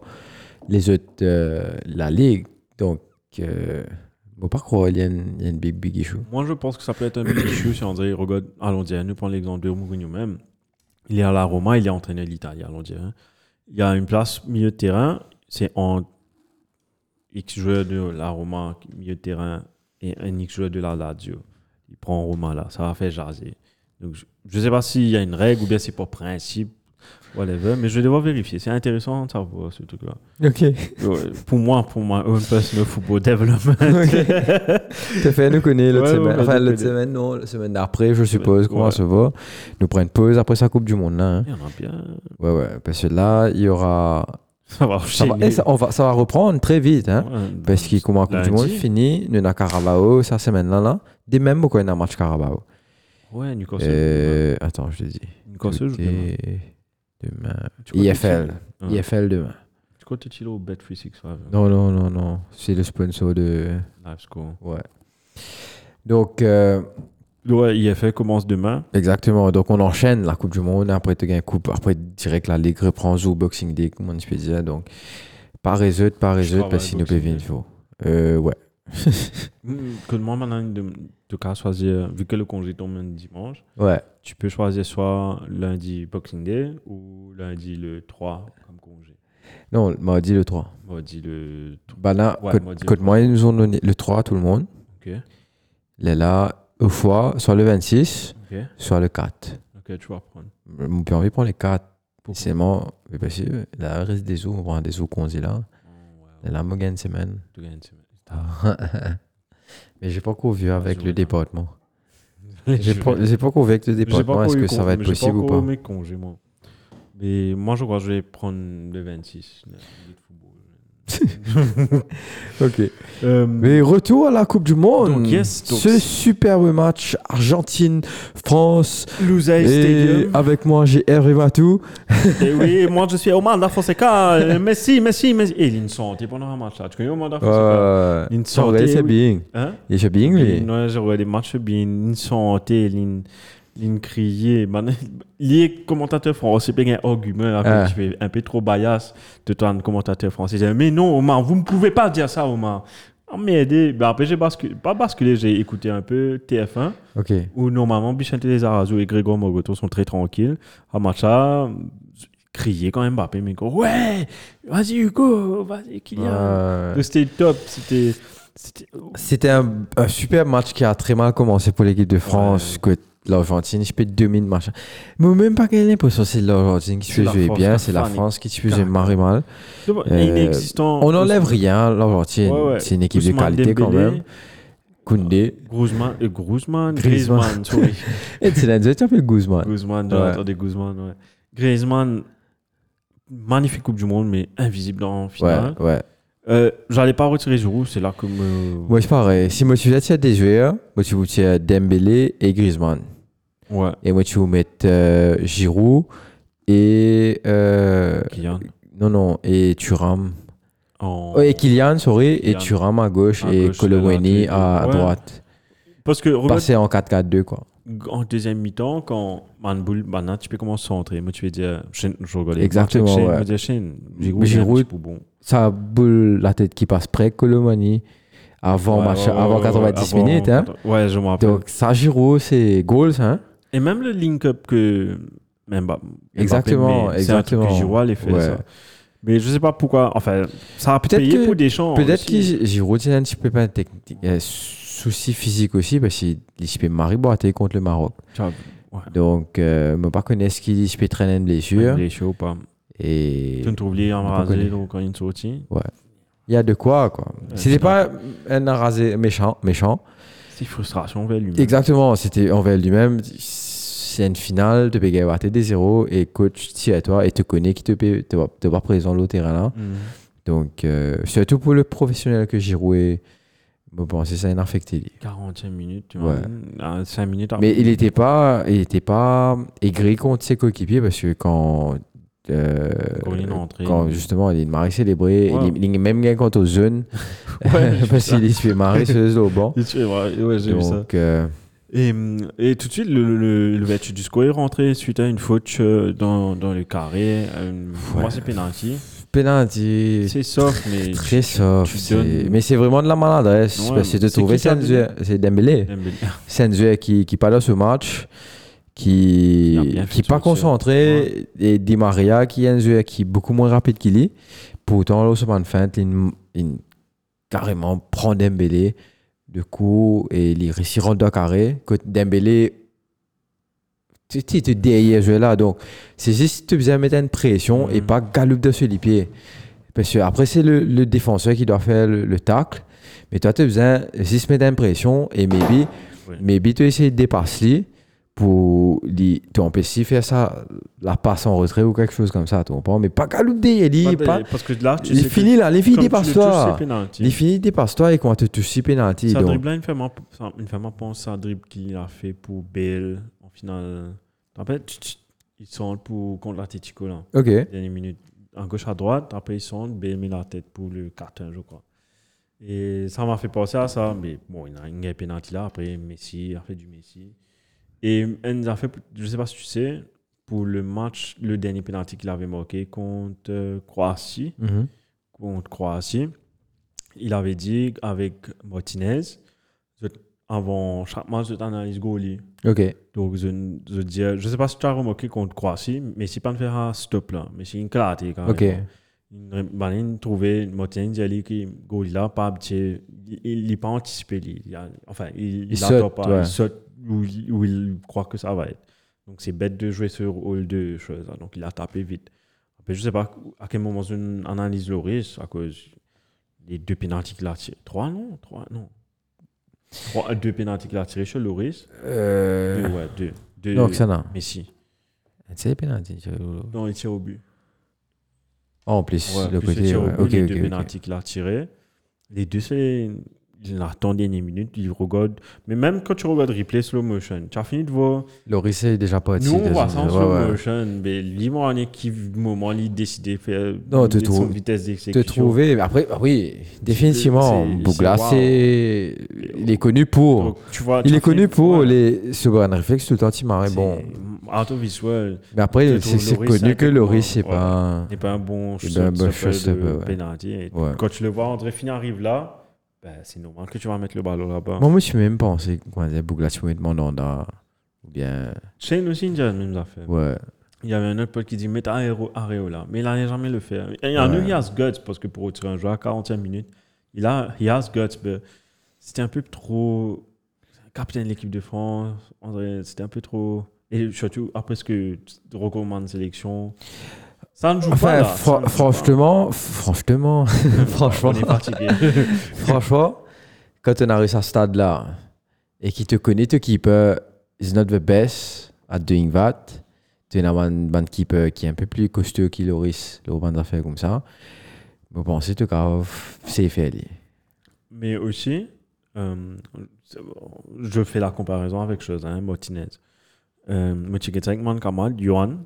les autres, euh, la ligue. Donc, euh, moi, pas croire, il y a un, il y a un big, big issue. Moi, je pense que ça peut être un petit issue si on oh dirait, regarde, allons dire, hein, nous prenons l'exemple de Mourinho même. Il est à la Roma, il est entraîné l'Italie, allons dire. hein. Il y a une place milieu de terrain, c'est en X joueur de la Roma, milieu de terrain, et un X joueur de la Lazio. Il prend Roma là, ça va faire jaser. Donc, je- je ne sais pas s'il y a une règle ou bien c'est pas principe, whatever, mais je vais devoir vérifier. C'est intéressant de savoir ce truc-là. Ok. Ouais, pour moi, pour moi, own personal football development. T'as fait, nous connaît l'autre Ouais, ouais, semaine. ouais, Enfin, nous l'autre connaît. semaine, non, la semaine d'après, je suppose, comment ouais. ça va. Nous prenons une pause après sa Coupe du Monde, là. hein. Il y en a bien. Ouais, ouais, parce que là, il y aura. Ça va Ça va, enchaîner. eh, ça, on va, ça va reprendre très vite, hein. Ouais. Parce qu'il comme la Coupe du Lundi. Monde finie, nous avons Carabao cette semaine-là. Là. Des mêmes quand on a un match Carabao. Ouais, Newcastle. Euh, attends, je te dis. Newcastle joue Tout demain. est demain. Tu crois que IFL. Ah. IFL demain. tu- Tu crois que tu es au Bet365 Non, non, non, non. C'est le sponsor de. Live score. Ouais. Donc, euh, Ouais, IFL commence demain. Exactement. Donc, on enchaîne la Coupe du Monde. Après, tu gagnes Coupe. Après, direct, la Ligue reprend jour Boxing Day, comme on peut dire. Donc, pas réseau, pas réseau, travaille parce qu'il nous peut Boxing venir. Euh, ouais. Hmm, Que moi, maintenant, de, de cas choisir, vu que le congé tombe un dimanche, Ouais. tu peux choisir soit lundi Boxing Day ou lundi le 3 comme congé. Non, mardi le 3. Mardi le 3. Bah là, Ouais, côte- mardi le côte trois. moi, ils nous ont donné le 3 à tout le monde. Ok. Là, là, au foie, soit le 26, Ok. soit le 4. Ok, tu vas prendre. Mon père envie de prendre les 4. Pourquoi C'est mort. Mais parce que là, il reste des os. On prend des os qu'on dit là. Oh, ouais, Là, là, moi, gagne une semaine. tu gagnes une semaine. Mais j'ai pas encore vu avec je le vois. département. J'ai Je- pas j'ai pas encore vu avec le J'ai pas département. encore hein, Est-ce eu que con- ça va être j'ai pas possible ou encore pas eu mes congés, moi. Mais moi, je crois que je vais prendre le 26. la Ligue de football. Ok. Euh, Mais retour à la Coupe du Monde. Donc, yes, donc- Ce superbe match Argentine-France. Lusail Et Stadium. avec moi, j'ai Hervé Matou. Et oui, moi je suis Omar Da Fonseca. Euh, Messi, Messi, Messi. Et il sortait pendant un match là. Tu connais Omar Da Fonseca Euh, Une en vrai, santé, c'est oui. bien. Hein Il est bien, lui. Il- Ouais, j'ai regardé les matchs bien. Il sortait, il il criait. Man- Les commentateurs français, c'est un argument là, Ah. que tu fais un peu trop bias de toi, un commentateur français. J'ai dit, mais non, Omar, vous ne pouvez pas dire ça, Omar. Ah, mais aidez. Bah, après, j'ai basculé, pas basculé, j'ai écouté un peu TF1 Ok. où normalement Bichente Les Arazo et Grégoire Mogoto sont très tranquilles. Amacha criait quand même Mbappé, mais gros, ouais, vas-y Hugo, vas-y Kylian. Euh, Donc, C'était top, c'était. c'était- C'était un, un super match qui a très mal commencé pour l'équipe de France. Que l'Argentine, je peux dominer le match. Mais même pas quelle l'impression c'est l'Argentine qui C'est se la jouait France, bien, la c'est la fan- France qui se faisait marrer mal. C'est bon, Euh, inexistant. On n'enlève rien, l'Argentine, Ouais, ouais. c'est une équipe de Ousmane qualité quand Dembélé, même. Koundé. Guzman, euh, Guzman, Griezmann. Griezmann, sorry. Et c'est l'un des appelé Guzman. Guzman, Ouais. attendez, Guzman, ouais. Griezmann, magnifique Coupe du Monde, mais invisible en Ouais, finale. ouais. Euh, J'allais pas retirer Giroud, c'est là que. me- Moi, je pareil. Si moi, tu veux tirer des joueurs, moi, tu veux tirer euh, Dembélé et Griezmann. Ouais, Et moi, tu veux mettre euh, Giroud et. euh, Kylian. non, non, et Thuram. en- Ouais, et Kylian, sorry, et Kylian. Thuram à gauche À et gauche, Colomwani Colomwani. à, à Ouais. droite. Parce que Robert Passer en 4-4-2, quoi. en deuxième mi-temps, quand Manboul, maintenant tu peux commencer à entrer. Moi, tu veux dire, Shin- je rigole. Exactement, Shin- ouais. je veux dire, Shin, Mais Giroud, c'est un Giroud- petit peu bon. Ça boule la tête qui passe près, Colomwani, avant, Ouais, match, ouais, avant ouais, 90 avant- minutes. Hein. Ouais, je me rappelle. Donc, ça, Giroud, c'est goals, hein. Et même le link-up que. Même pas- même pas Exactement, Pep, mais C'est un truc que exactement. Giroud allait faire, Ouais. ça. Mais je sais pas pourquoi. Enfin, ça a Peut-être peut-être payé que- pour des champs. Peut-être que Giroud, il a un petit peu pas de technique, euh, souci physique aussi, parce qu'il il peut marrer boiter contre le Maroc. Donc, euh, je ne pas connaître ce qu'il peut traîner une blessure. Les chauds, pas. Et Tu ne trouves les en pas connu. rasé, donc quand il est sorti. il y a de quoi, quoi. Euh, C'était c'est pas un arasé méchant, méchant. C'est frustration vers lui. Exactement, c'était envers lui-même. C'est une finale, tu peux gagner t'es des zéros et coach tire à toi et te connaît qui te peut te va- te voir présent au terrain là. Mhm. Donc, euh, surtout pour le professionnel que Giroud est, je pense que ça a affecté. lui. 40e minute, tu Ouais. vois. 5 minutes après. Mais il n'était pas, il était pas aigri contre ses coéquipiers parce que quand. euh, Quand il est entré. quand justement il est marré célébré, Ouais. il, il est même gagné contre aux jeunes Ouais, j'ai vu parce ça. qu'il se fait marrer sur le banc. Et tu- Ouais, ouais, j'ai vu ça. Donc, euh, Et, mm, et tout de suite, le, le, le vêtu du score est rentré suite à une faute euh, dans, dans le carré. Euh, Pour moi, c'est pénalty. penalty, C'est soft, mais. Très soft. tu c'est- donnes- Mais c'est vraiment de la maladresse. Ouais, parce que de c'est qui trouver qui a donné Sanzue, c'est Dembélé. Dembélé. Sanzue qui, qui parle ce match, Il a qui bien fait qui est de pas sortir. concentré. Et Di Maria qui est un joueur qui est beaucoup moins rapide qu'il est. Pourtant, là, semaine fin, il, il carrément prend Dembélé de coup et il réussit à rendre un carré. Que Dembélé. Tu tu- tu es derrière ce là. Donc, c'est juste que tu besoin mettre une pression et Mhm. pas galoper dessus les pieds. Parce que après, c'est le, le défenseur qui doit faire le, le tacle. Mais toi, tu as besoin juste mettre une pression et maybe, Ouais. maybe tu essaies de dépasser lui pour lui- t'empêcher de faire ça, la passe en retrait ou quelque chose comme ça. Tu comprends? Mais pas galoper Pas derrière de- lui. Pas... Parce que là, tu Il sais que finit là, les filles quand tu le touches, dépasse-toi. c'est pénalty. Les filles dépasse-toi et quand tu touches si pénalty. Ça donc. dribble là, une femme, en- une femme en pense à un dribble qu'il a fait pour Bale en finale. Tu te rappelles Tch, tch, Ils sont pour, contre l'Atletico, là. Ok. dernière minute. En gauche à droite, après ils sont, Bale met la tête pour le carton, je crois. Et ça m'a fait penser à ça. Mais bon, il y a il y a un penalty là. Après, Messi a fait du Messi. Et il a fait, je sais pas si tu sais, pour le match, le dernier penalty qu'il avait marqué contre euh, Croatie, Mhm. contre Croatie, il avait dit avec Martinez, je- avant chaque match, je t'analyse goalie. Ok. Donc, je, je dis, je sais pas si tu as remarqué contre Croatie, mais si pas de faire un stop là, mais c'est une clarté quand Ok. même. Une banane trouvée, Martinez, il a dit que Golila, pas petit, il n'est pas anticipé. lui. Il a- enfin, il, Il il attend saute, pas, ouais. il saute où, il- où il croit que ça va être. Donc, c'est bête de jouer sur rôle de choses. là. Donc, il a tapé vite. Après, je sais pas à quel moment une analyse le risque à cause des deux pénalties qu'il a tirés. Trois, non Trois, non. Trois, deux pénalties qu'il a tirés chez Loris. Deux, ouais, deux. Deux, Non, Euh, ça non. mais si. C'est les pénalty. tu vois. Non, il tire au but. Ah, en plus, Ouais, le puis c'est côté. tir au ouais. but, Ok, les deux ok, ok. pénaltys qu'il a tirés. Les deux, c'est. Il attend dernière minute, il regarde. Mais même quand tu regardes replay slow motion, tu as fini de voir. Loris c'est déjà pas Nous, on voit ça euh, en sans slow motion, mais lui-même, à quel moment il décide de faire Non, tu de son trouves- vitesse te d'exécution. trouver. Après, bah oui, définitivement, c'est- Bougla, c'est- wow. c'est. Il est connu pour. Donc, tu vois, tu Il as est fini connu de pour voir. les secondes réflexes tout le temps, tu marres, C'est Bon, Out of this world. mais après, tu trouves c'est c'est Loris, c'est connu que un Loris, c'est quelqu'un, ouais. pas. n'est pas un bon Eh ben, shot bon stopper shot de stopper, ouais. penalty. Et Ouais. Quand tu le vois, André Fini arrive là, ben, c'est normal que tu vas mettre le ballon là-bas. Moi, moi, je suis même pensé, comment dire, Bougla, tu me demandes Onda. Ou bien. Shane aussi, il a la même affaire. Ouais. Il y avait un autre pote qui dit Mets Aéro- Areola, mais il n'allait jamais le faire. Et il y en a Ouais. un, il a ce guts, parce que pour retirer un joueur à 41 minutes, il a, il a ce guts. mais C'était un peu trop. Capitaine de l'équipe de France, André, c'était un peu trop. Et surtout, après ce que recommande sélection, ça ne joue pas. Enfin, là, ça ne fra- joue franchement, franchement, pas. franchement, on est fatigué. franchement, quand on arrive à ce stade-là et qu'il te connaît, ton keeper is not the best at doing that. Tu as un band keeper qui est un peu plus costaud que Loris, le band d'affaires comme ça. Vous pensez que c'est fait. lui. Mais aussi, euh, c'est- je fais la comparaison avec chose, hein, Martinez. Euh, Motiquet Ekman Kamal, Johan,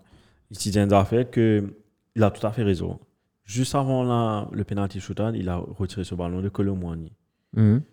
il s'y tient à fait que il a tout à fait raison. Juste avant la- le penalty shootout, il a retiré ce ballon de Colomwani. Mhm.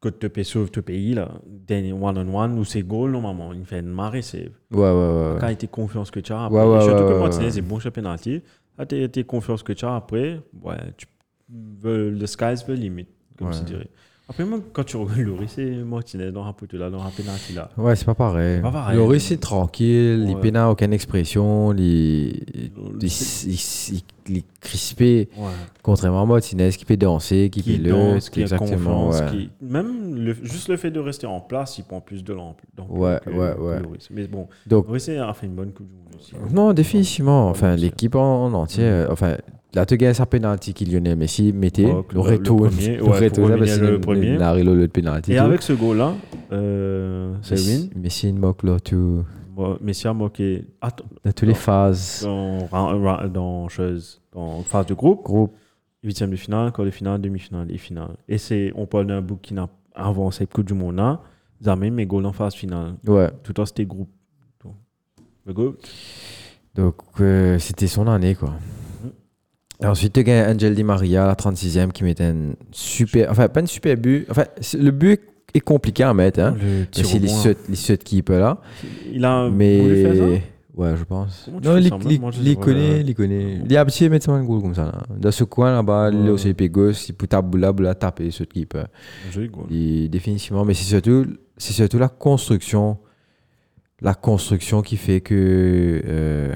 Que te paye sauve te pays, là, dernier one-on-one, où c'est goal normalement, il fait une marée save. Ouais, ouais, ouais. Quand tu confiance que tu as après, Ouais, ouais, et surtout ouais, que ouais, Martinez ouais. est bon sur penalty, là, t'es t'es confiance que tu as après, ouais, tu veux, le sky's the limit, comme Ouais. tu dirais. Après, moi, quand tu regardes Loris et Martinez dans un poteau là, dans un penalty là, Ouais, c'est pas pareil. C'est pas pareil. Loris, c'est tranquille, il Ouais. peine à aucune expression, il, il, Le- il- il- il est crispé. ouais, Contrairement à Martinez qui peut danser, qui, qui peut le, danse, qui a exactement, confiance, ouais. qui- même le, juste le fait de rester en place, il prend plus de l'ample. donc, Ouais, que- ouais, que ouais. Loris. Mais bon, Donc, Loris a fait une bonne Coupe du Monde aussi. non, définitivement. Enfin, Ouais, c'est- l'équipe en, en entier. euh, Enfin, là, tu gagnes sa penalty qui Lionel Messi mettait. Ouais, le le- retour. le premier, ouais, pour là, revenir parce que le le premier. premier. L'arrêt, le penalty. Et tout. avec ce goal-là, euh, Messi, Selwyn, Messi, il moque là, tout, moi, Messi a moqué. Attends, dans toutes Non. les phases. dans, ra- ra- dans chose, dans phase de groupe, Groupe. huitième de finale, quart de finale, demi-finale et finale. Et c'est, on parle d'un bout qui n'a avant cette Coupe du Monde hein. là, ils amènent mes goals en phase finale. Ouais. Tout en c'était groupe. Donc, le groupe, Donc, euh, c'était son année, quoi. Et ensuite, tu gagnes Angel Di Maria, la 36e, qui mettait un super. Enfin, pas un super but. Enfin, c'est- le but est compliqué à mettre. Hein. le tir C'est au les loin. sauts les sauts qui peut là. Il a voulu faire ça Mais. Ouais, je pense. Comment tu Non, fais il ça Moi, moi, je les sais pas. connaît, il connaît. Il est habitué à mettre ça dans le goal comme ça. Là. Dans ce coin là-bas, il est au Ouais. CP gauche, il peut taper boula, boula, taper ce qui peut. Un joli goal. Il- Définitivement, mais c'est surtout, c'est surtout la construction. La construction qui fait que. euh,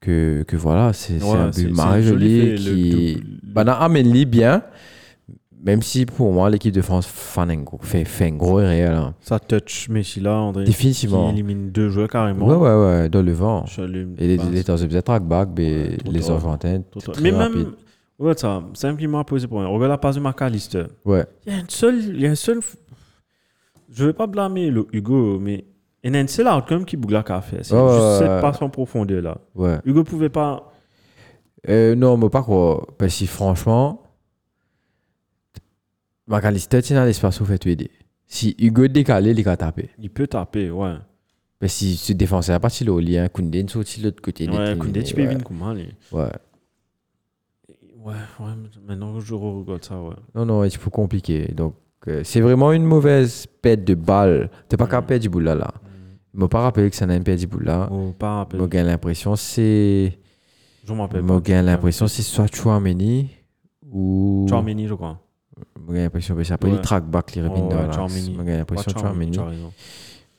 que, que voilà, c'est c'est Ouais, un c'est- but c'est marré un joli joli fait, le qui. double- Bah, non, amène-les bien. Même si pour moi, l'équipe de France fait un gros- fait, fait un gros erreur. là. Ça touch Messi là, André. Définitivement. Qui élimine deux joueurs carrément. Ouais, ouais, ouais, dans le vent. Je l'ai- Et les, bah, les temps de track back, mais Ouais, tout les droit. Argentins. Tout- très Mais rapide. même, regarde ça, c'est un qui m'a posé problème. Regarde la passe de McAllister. Ouais. Il y a une seule, il y a une seule. Je veux pas blâmer le Hugo, mais il y a une seule out quand même qui Bougla a fait. C'est Ouais, juste ouais, ouais. cette passe en profondeur là. Ouais. Hugo pouvait pas. Euh, non, mais pas quoi. Parce que franchement, McAllister, tu n'as l'espace où fait tout aider. Si Hugo décalé, il va taper. Il peut taper, ouais. Parce que si ce défenseur n'a pas si le lien, Koundé il saute de l'autre côté. il ouais, est Koundé, éliminé, tu peux ouais. venir comment aller. Ouais. Ouais, ouais, maintenant je regarde ça, ouais. Non, non, c'est plus compliqué. Donc, euh, c'est vraiment une mauvaise perte de balle. T'es pas qu'à perdre du bout là, là. Je pas rappelé que ça n'a pas perdu du bout là. Oh, pas Moi, rappel. j'ai l'impression, c'est. Je m'appelle Moi, j'ai l'impression, c'est soit Chouameni ou. Charmini, je crois. Moi, j'ai l'impression, mais c'est après les Ouais. trackbacks, les Oh, revenus de ouais, relax. Tchouaméni. Moi, j'ai l'impression, Pas Tchouaméni, Chouameni. tu as raison.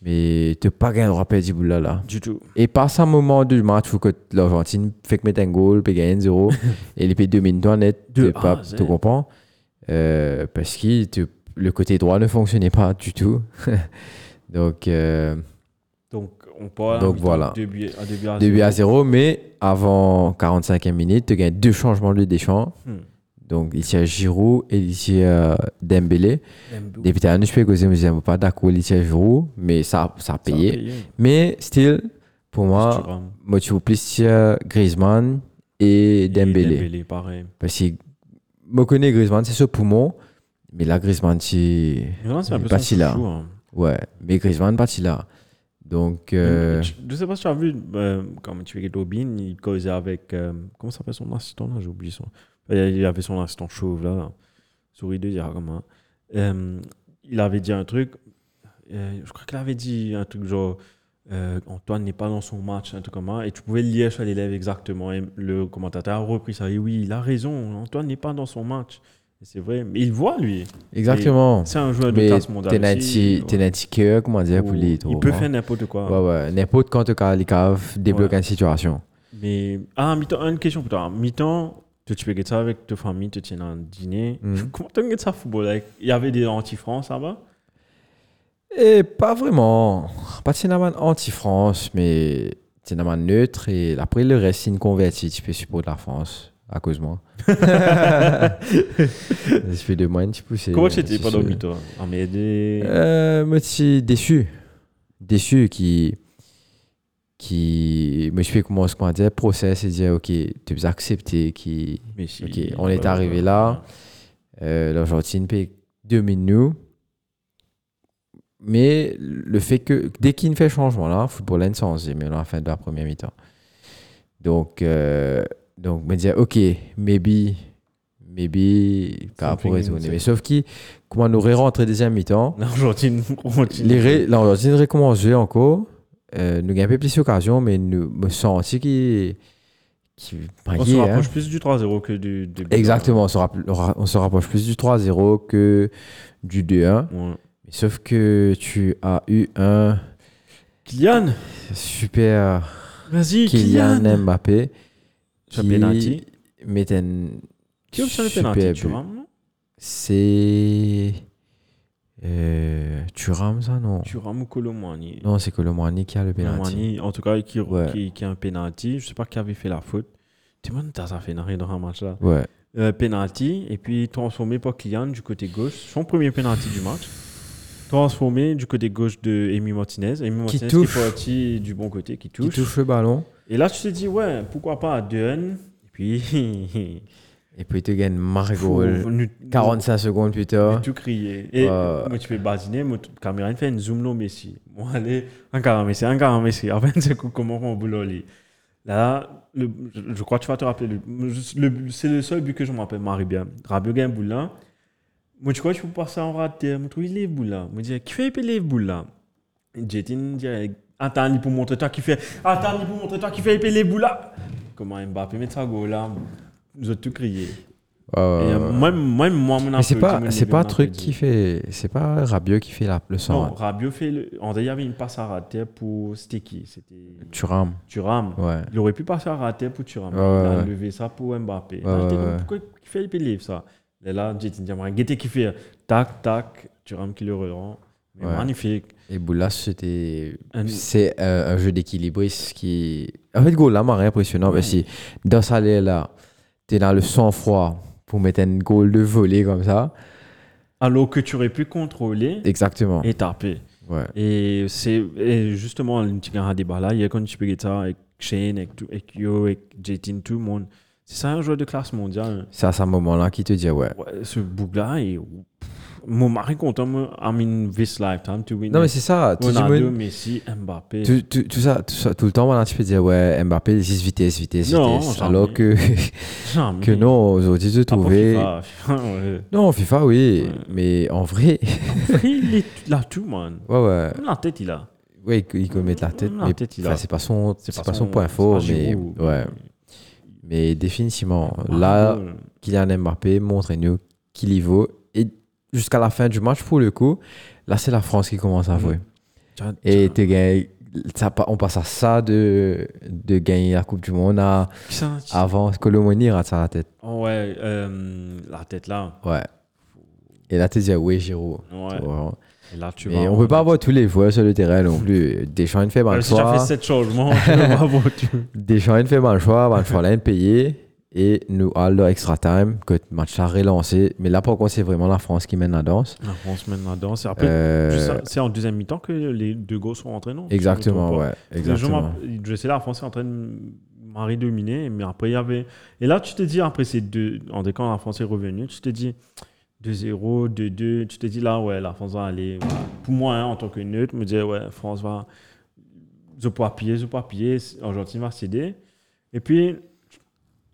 Mais t'es pas gagné droit à perdre du bout là, là. Du tout. Et par ce moment du match où que l'Argentine fait que mettre un goal, puis gagne 0 et les pays dominent toi net, De t'es A pas- à Z. tu comprends Euh, Parce que tu- le côté droit ne fonctionnait pas du tout. Donc, euh, Donc, on part. Donc, voilà. Début à début à début à 0, mais avant 45e minute, tu gagnes deux changements de Deschamps. Hmm. Donc, ici à Giroud et ici à Dembélé. Dembélé. Depuis à nous, je peux causer, mais j'aime pas d'accord, ici à Giroud, mais ça, ça a Ça a payé. payé. Mais, still, pour moi, Thuram. moi, tu vois plus euh, Griezmann et Dembélé. Dembélé, pareil. Parce que je connais Griezmann, c'est ce poumon. Mais là, Griezmann, c'est. Mais non, c'est un peu Pas ça, si ce là. jour, hein. Ouais, mais Griezmann, pas si là. Donc, euh, Mais tu- Je sais pas si tu as vu, euh, quand tu es Robin, il causait avec. euh, comment s'appelle son assistant là J'ai oublié son. Euh, Il avait son assistant chauve là. là. Souris 2, il y a comme un. Euh, il avait dit un truc. euh, je crois qu'il avait dit un truc genre. euh, Antoine n'est pas dans son match, un truc comme ça, et tu pouvais le lire sur les lèvres exactement. Et le commentateur a repris ça. Et oui, il a raison, Antoine n'est pas dans son match. Et C'est vrai, mais il voit lui. exactement. C'est un joueur de Mais classe mondiale. aussi. Tenati, Tenati, que, comment dire, pour les. hein. il peut faire n'importe quoi. Ouais, ouais. N'importe quand, tu as les caves, débloque Ouais. une situation. Mais ah, mi-temps, une question pour toi. Mi-temps, tu tu peux get ça avec ta famille, tu tiens un dîner. Mhm. Comment tu get ça football like, Il y avait des anti-France là-bas Et pas vraiment. Pas de cinéma anti-France, mais cinéma neutre. Et après, le reste, c'est une convertie. Tu peux supporter la France, à cause de moi. Je fais de moins, tu pousses. Comment tu étais c'est pendant sûr. mi-temps Ah, mais des. Euh, moi, je suis déçu. Déçu qui. qui. me suis comment comment dire, process et dire, ok, tu peux accepter qui. Mais si, ok, on est arrivé là. Euh, L'Argentine paye 2000 nous. Mais le fait que dès qu'il fait changement là, football est sans mais à la fin de la première mi-temps. Donc, euh, donc me dire ok, maybe, maybe, t'as Something pour raisonner. inside. Mais sauf qui, comment nous re-rentrer deuxième mi-temps, L'Argentine continue. les ré- l'Argentine recommence à jouer encore. Euh, nous gagnons plus d'occasions, mais nous me sentis qui qui on se rapproche plus du 3-0 que du. du- hein. Exactement, on se, rapp- on se rapproche plus du 3-0 que du 2-1. Ouais. Mais Sauf que tu as eu un Kylian super Vas-y, Kylian, Kylian Mbappé Sur penalty. qui met un Qui obtient le super penalty but. Thuram non C'est euh, Thuram ça non Thuram ou Colomani Non, c'est Colomani qui a le penalty. Colomani, en tout cas, qui, Ouais. qui, qui a un penalty. Je sais pas qui avait fait la faute. Tu m'as dit, t'as fait une dans un match là. Ouais. euh, penalty et puis transformé par Kylian du côté gauche, son premier penalty du match. Transformé du côté gauche de Amy Martinez. Amy Martinez qui, touche. est parti du bon côté, qui touche. Qui touche le ballon Et là, tu te dis, ouais, pourquoi pas à Dehun Et puis. et puis tu gagnes Margot. Faut- nous- 45 secondes plus nous- tard. Tout crier. Et Ouais. moi, tu peux badiner, moi, tout- Cameron fait une zoom no Messi. Moi, allez, encore un Messi, encore un Messi. Après, c'est coup, comment on boulot lui. Là, le- je, je crois que tu vas te rappeler. le- je- le- c'est le seul but que je me rappelle, Marie bien. Rabiot gagne boulin. Moi, tu crois que je peux passer en raté Moi, trouve les boules là. Moi, je dis, qui fait les boules là Jetin dirait, attends, pour montrer toi qui fait. Attends, pour montrer toi qui fait les boules là. Comment Mbappé met ça goal là Nous autres, tout crier. Ouais, ouais, Et, euh, ouais. moi, moi, moi, mon Mais c'est appel, pas, comme c'est le pas un Liverpool truc dit. qui fait. C'est pas Rabiot qui fait la, le sang. hein. Non, Rabiot fait. Le... En vrai, il y avait une passe à rater pour. C'était qui C'était Tu rames. Thuram. Ouais. Il aurait pu passer à rater pour Thuram. Ouais, il a ouais. levé ça pour Mbappé. Ouais, là, j'étais ouais, comme, ouais. pourquoi il fait le believe ça Et là, Jetin Diamant, guetté qui fait tac, tac, Thuram qui le rend. Mais Ouais. Magnifique. Et Boula, c'était. Un- C'est euh, un jeu d'équilibriste qui. En fait, goal là, m'a rien impressionnant. Parce que dans ça, là, t'es dans le sang-froid pour mettre un goal de volée comme ça. Alors que tu aurais pu contrôler Exactement. et taper. Ouais. Et c'est et justement, le petit gars débat là, il y a quand tu peux dire ça avec Shane, avec, tout- avec Yo, avec Jetin, tout le monde. C'est ça un joueur de classe mondiale. C'est à ce moment-là qui te dit, ouais. Ouais, ce bouc là, Mon mari compte, moi, I'm in this lifetime to win. Non, mais c'est ça. Tu dis, moi, Ronaldo, Messi, Mbappé. tout, tout- tout ça, tout ça, tout le temps, voilà, tu peux dire, ouais, Mbappé, 10 vitesse, vitesse, Non, vitesse. jamais. Alors que, Jamais. que non, aujourd'hui, de Ah, pour trouver. FIFA, ouais. Non, FIFA, oui, Ouais. mais en vrai, Il est là, tout, man. ouais, ouais, Même La tête, il a. ouais, il peut mettre la tête, La mais tête, il enfin, a. c'est pas son, c'est pas, son point fort, c'est pas mais Giroud. ouais, mais définitivement, Ah, là, Ronaldo, Kylian Mbappé, montre-nous qu'il y vaut, et jusqu'à la fin du match, pour le coup, là, c'est la France qui commence à Mhm. jouer, tiens, et tiens. t'es gagné- ça pa- on passe à ça de, de gagner la Coupe du Monde à, Tiens, tiens. avant Colomoni rate ça à la tête, Oh, Ah. ouais, euh, la tête là. ouais, et là, t'es dit, oui, Giroud, Ouais. Vraiment. Et là, tu Mais vas on en- peut pas avoir tous les joueurs sur le terrain non plus. Deschamps, il fait mal Euh, le Si t'as choix. fait 7 changements, tu vas avoir tu- Deschamps, il fait mal le choix. Mal le choix, là, il payé. Et nous, à leur extra time, que le match a relancé. Mais là, par contre, c'est vraiment la France qui mène la danse. La France mène la danse. Et après, Euh, tu sais, c'est en deuxième mi-temps que les deux gosses sont rentrés, non exactement, Je me trompe ouais. pas. Parce que je Exactement. m'app- Je sais, la France est en train de Marie dominer, mais après, il y avait. Et là, tu te dis, après ces deux. En dès quand la France est revenue, tu te dis 2-0, 2-2. Tu te dis, là, ouais, la France va aller. voilà. Pour moi, hein, en tant que neutre, je me disais, ouais, France va. Je peux appuyer, je peux appuyer. Argentine va céder. Et puis,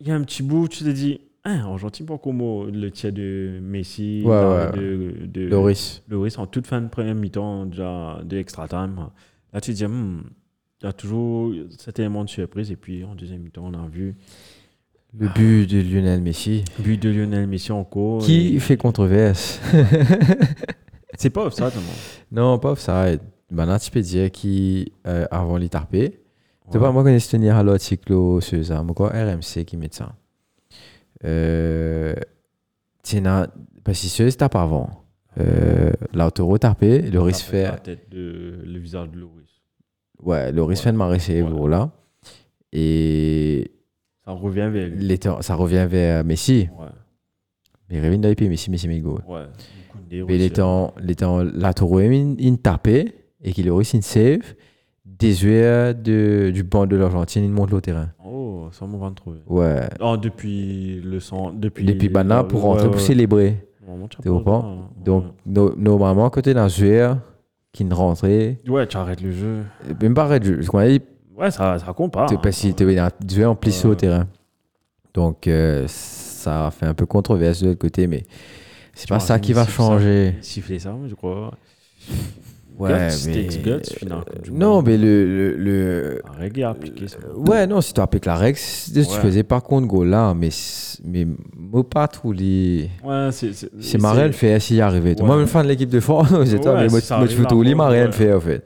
il y a un petit bout, tu te dis, hein, Argentine, pour Como, le tir de Messi, Ouais, l'arrêt ouais. de- de, Loris. Loris en toute fin de première mi-temps déjà de extra time. Là, tu te dis, Hmm, il y a toujours cet élément de surprise. Et puis, en deuxième mi-temps, on a vu Le but de Lionel Messi. but de Lionel Messi en cours. Qui Et- fait controverse C'est pas ça, non Non, pas offside. Maintenant, tu peux dire qui, euh, avant les tarper, C'est pas moi qui ai tenir à l'autre cyclo, c'est ça. Moi, quoi, RMC qui met ça. Euh, tiens, là, parce que ceux tapent avant. Euh, L'autoroute tapé, le risque La fait. tête de, le visage de Loris. Ouais, le risque Ouais. fait de marrer ses Ouais. gros là. Et Ça revient vers lui. les temps- ça revient vers Messi. Ouais. Mais Révin d'IP, Messi, Messi, Migo. Ouais. Koundé Mais aussi. les temps, les temps, l'autoroute est tapé et qu'il réussit une save. Désuet de, du banc de l'Argentine, il monte le terrain. Oh, ça m'en va trop. Ouais. Oh, depuis le sang. Depuis, Depuis Bana pour rentrer pour célébrer. Tu hein. comprends Donc, Mm. no- normalement, quand tu es dans un joueur qui ne rentrait, Ouais, tu arrêtes le jeu. euh, même pas arrêt de jeu, je crois, il- Ouais, ça, ça compte pas. hein. t'es pas si tu es un joueur en plissé Ah. Ouais. au terrain. Donc, euh, ça a fait un peu controverse de l'autre côté, mais c'est pas T'imagines ça qui va si ça- changer. Siffler ça, je crois. Ouais, Guts mais... euh, takes guts, finalement, Coupe du Non, Monde. Ah, mais le. le- le- Un reggae appliqué. ça. Ouais, non, si tu appliques la règle, c'est- tu Ouais. faisais par contre goal là, mais, c'est- mais moi, pas tous les. Ouais, c'est. C'est C'est Marel le fait s'y arriver. Ouais. Moi, même fan de l'équipe de France, j'étais Ouais, mais moi, si ça moi, je arrive fais là, tout les bon, Marel le ouais. fait, en fait.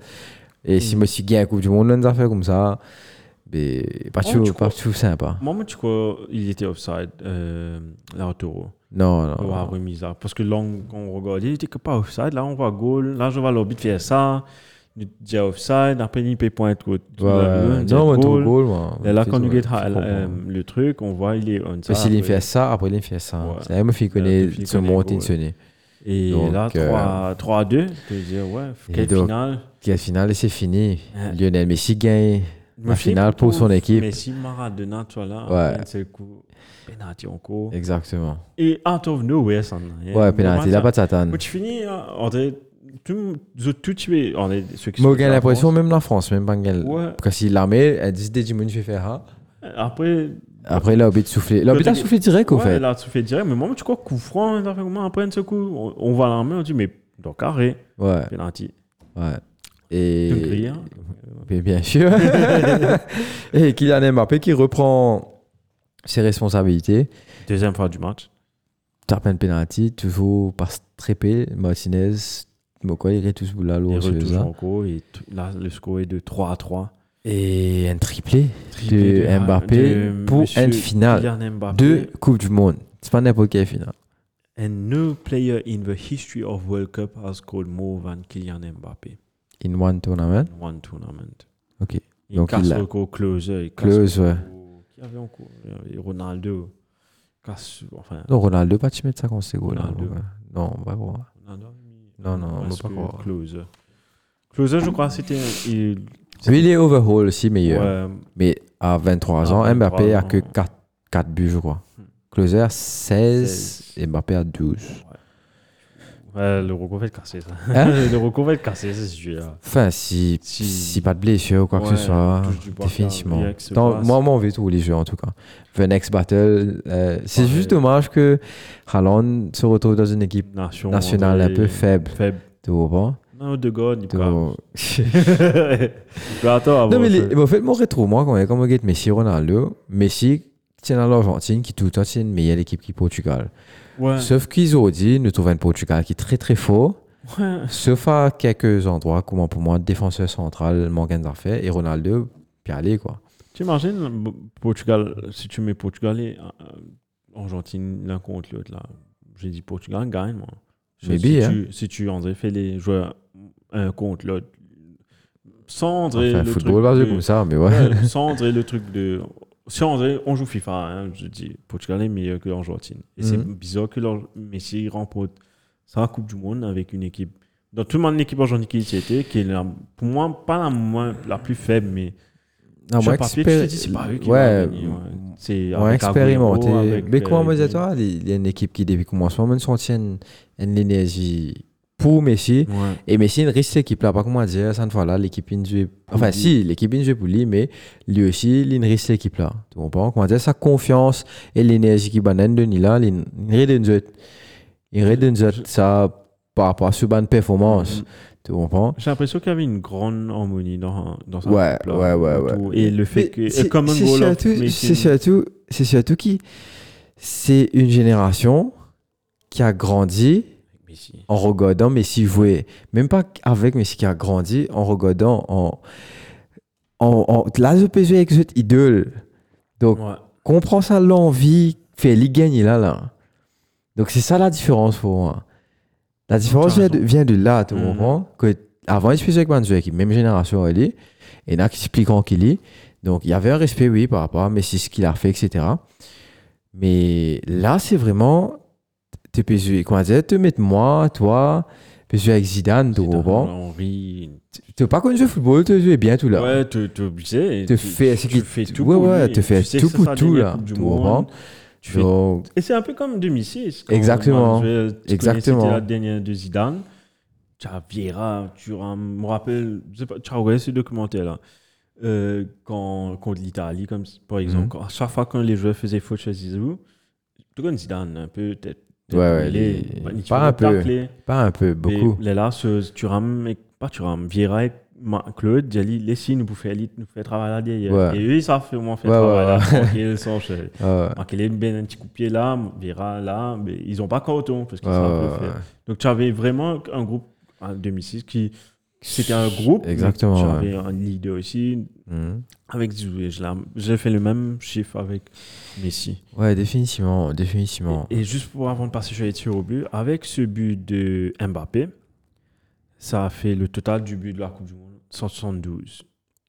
Et si Mm. moi, si gagne la Coupe du Monde, on a fait comme ça. ben, Mais pas Oh, tout, tu pas crois- tout sympa. Moi, moi, tu crois, il était offside, euh, Lautaro. Non, non. On va remise là. Parce que long, quand on regardait, il était que pas offside. Là, on voit goal. Là, je vois l'arbitre faire ça. Il dit offside. Après, il peut pointe. Ouais, Ouais, ouais, ouais. Non, moi, trop goal, moi. Et là, quand ah, C'est on tout, get je comprends. euh, le truc, on voit, il est onside. Parce qu'il fait ça, après, il fait ça. Ouais. C'est la même fille qu'on Ouais, est, depuis se qu'on est monte, goal. il se naît. Et Donc, là, 3 euh, 3 à 2. Tu dis, ouais, Et quelle donc, finale. Quelle finale, et c'est fini. Ouais. Lionel Messi gagne. Ma fille, finale pour son équipe. Messi, Maradona, tu vois là. Ouais. C'est le coup. Penalty en cours. Exactement. Et out of nowhere, ça. Ouais, penalty, il a pas de satan. Quand tu finis, hein, on est tout, tout, tout tué. On est ceux qui Moi, sont j'ai de la l'impression, même la France, même pas France. gagne. Ouais. Parce qu'il l'armée, elle dit, dès du monde, je vais faire ça. Après, Après, là, Obi de souffler. Là, Obi a Peut-être- soufflé direct, au ouais, fait. là, tu fais direct. Mais moi, tu crois coup franc, hein, après, comment après ce coup, on, on va à l'armée, on dit, mais dans carré, Ouais, penalty. ouais. Tu Et. cries, hein. Mais bien sûr. Et Kylian Mbappé qui reprend ses responsabilités. Deuxième fois du match. Tarpin penalty, toujours par Strépé, Martinez, Mokoy, il est tous boulot à Il l'eau, retouche celui-là. en cours. Et tout- là, le score est de 3 à 3. Et un triplé Triplé de Mbappé de pour monsieur une finale Kylian Mbappé. de Coupe du Monde. C'est pas n'importe quelle finale. And no player in the history of World Cup has scored more than Kylian Mbappé In one tournament. in one tournament. Ok. Il Donc, casse il a- le record closer. Il casse Close, ouais. le record- Qui avait encore Il y avait Ronaldo. Casse. Enfin, Non, Ronaldo, pas tu mets ça quand c'est gros, là. Ronaldo. ouais. Non, on va voir. Ronaldo avait mis- Non, non, on va parce pas que croire. Closer. Closer, je crois, c'était. Il... Lui, il est overhaul aussi meilleur. Ouais, Mais à 23 À ans, 23 Mbappé a que ans. 4, buts, je crois. Hmm. Closer, 16, Seize. et Mbappé a 12. Ouais, le Rocco va être cassé, ça. Hein le Rocco va être cassé, c'est sûr. Enfin, si, Si- si... pas de blessure ou quoi que ce soit, définitivement. Tant- moi, moi, on veut tous les jeux en tout cas. The Next Battle, euh, c'est Ouais. juste dommage que Haaland se retrouve dans une équipe nationale un peu faible. Faible. Tu vois Non, de God, il Tu peut. vois attends, Non, mais les- mais en fait, moi, retrouve moi quand on est comme on regarde Messi, Ronaldo, Messi tient à l'Argentine qui tout le temps tient une meilleure équipe qui Portugal. Ouais. Sauf qu'ils ont dit, nous trouvons un Portugal qui est très très fort. Ouais. Sauf à quelques endroits, comment pour moi, défenseur central, Morgan Zarfay et Ronaldo, puis allez quoi. Tu imagines le Portugal, si tu mets Portugal et euh, Argentine l'un contre l'autre, là. J'ai dit Portugal gagne, moi. Si- Maybe, si, hein. tu, si tu, André, fais les joueurs un contre l'autre, sans André. Enfin, le football truc basé de- comme ça, mais ouais. Ouais, sans André, le truc de. Si André, on joue FIFA, hein, je dis, Portugal est meilleur que l'Argentine. Et c'est Mhm. bizarre que leur Messi remporte sa Coupe du Monde avec une équipe. Dans tout le monde, l'équipe argentine qui y était, qui est la- pour moi pas la, moins, la plus faible, mais Non, sur moi, le papier, tu te expér- dis, c'est pas eux qui ouais, vont gagner, ouais. C'est ouais, avec Agüero, expérimenté. avec, mais comment euh, me dis-toi, il y a une équipe qui, depuis le commencement, même s'en tient une une énergie pour Messi. Ouais. Et Messi, il reste cette équipe-là, pas comment dire, cette fois-là, l'équipe in joue. Enfin, lui. si, l'équipe in joue pour lui, mais lui aussi, il reste cette équipe-là. Tu comprends? Comment dire, sa confiance et l'énergie qui banane de Nila, il redonne ça. Il redonne ça, ça par rapport à ce bonne performance. Mm-hmm. Tu comprends? J'ai l'impression qu'il y avait une grande harmonie dans, dans sa Ouais, couple, là, ouais, ouais, autour. Et le fait Mais que. c'est- et Common c'est Goal of surtout- C'est Making- surtout, c'est surtout qui C'est une génération qui a grandi Messi. en regardant Messi jouer. Même pas avec Messi qui a grandi en regardant en. en, en là, le PSG avec cette idole. Donc, Ouais. comprend ça l'envie, fait il gagne là, là. Donc, c'est ça la différence pour moi. La différence T'as vient raison. de, vient de là, tu Mhm. comprends que Avant, il se faisait avec Manzué, qui est même génération, elle est. Et là, qui explique en qu'il est. Donc, il y avait un respect, oui, par rapport à Messi, ce qu'il a fait, etc. Mais là, c'est vraiment. Tu peux jouer, comment dire, te mettre moi, toi, tu peux jouer avec Zidane, tu Zidane, comprends Henry, Tu peux pas connaître le football, tu joues bien tout là. Ouais, tu es obligé. Te fais- tu, c'est qu'il- fais tout ouais, pour ouais, lui. te fais Tu sais tout que c'est pour sa tout, dernière là. Coupe du Tu Monde. comprends Tu fais- Donc, Et c'est un peu comme 2006. quand Exactement. Manuel, tu connais, Exactement. C'était la dernière de Zidane. Tu as Vieira, tu as, je me rappelle, je sais pas, tu as regardé ce documentaire-là. Euh, quand, contre l'Italie, comme par exemple, Mhm. quand- à chaque fois que les joueurs faisaient faute chez Zizou, tu connais Zidane un peu, peut-être. Ouais, ouais, il est- il- bah, il te pas fait un le peu, tacler. pas un peu, beaucoup. Les là, ce Thuram, et- pas Thuram, Vieira et Ma- Claude, ils ont dit laissez nous faire, nous faire travailler là derrière. Ouais. Et eux, ils savent comment faire Ouais, travailler ouais, là, tranquille, sans chef. Euh, Marquez bien un petit coup de pied là, Vieira là, mais ils n'ont pas Coroton parce qu'ils savent le euh, faire. Donc tu avais vraiment un groupe en 2006 qui. C'était un groupe. mais Exactement, Tu avais ouais. un leader aussi. mhm. Avec Zizou et Jlam. j'ai fait le même chiffre avec Messi. Ouais, définitivement, définitivement. Et juste pour avant de passer sur les tirs au but, avec ce but de Mbappé, ça a fait le total du but de la Coupe du Monde 172,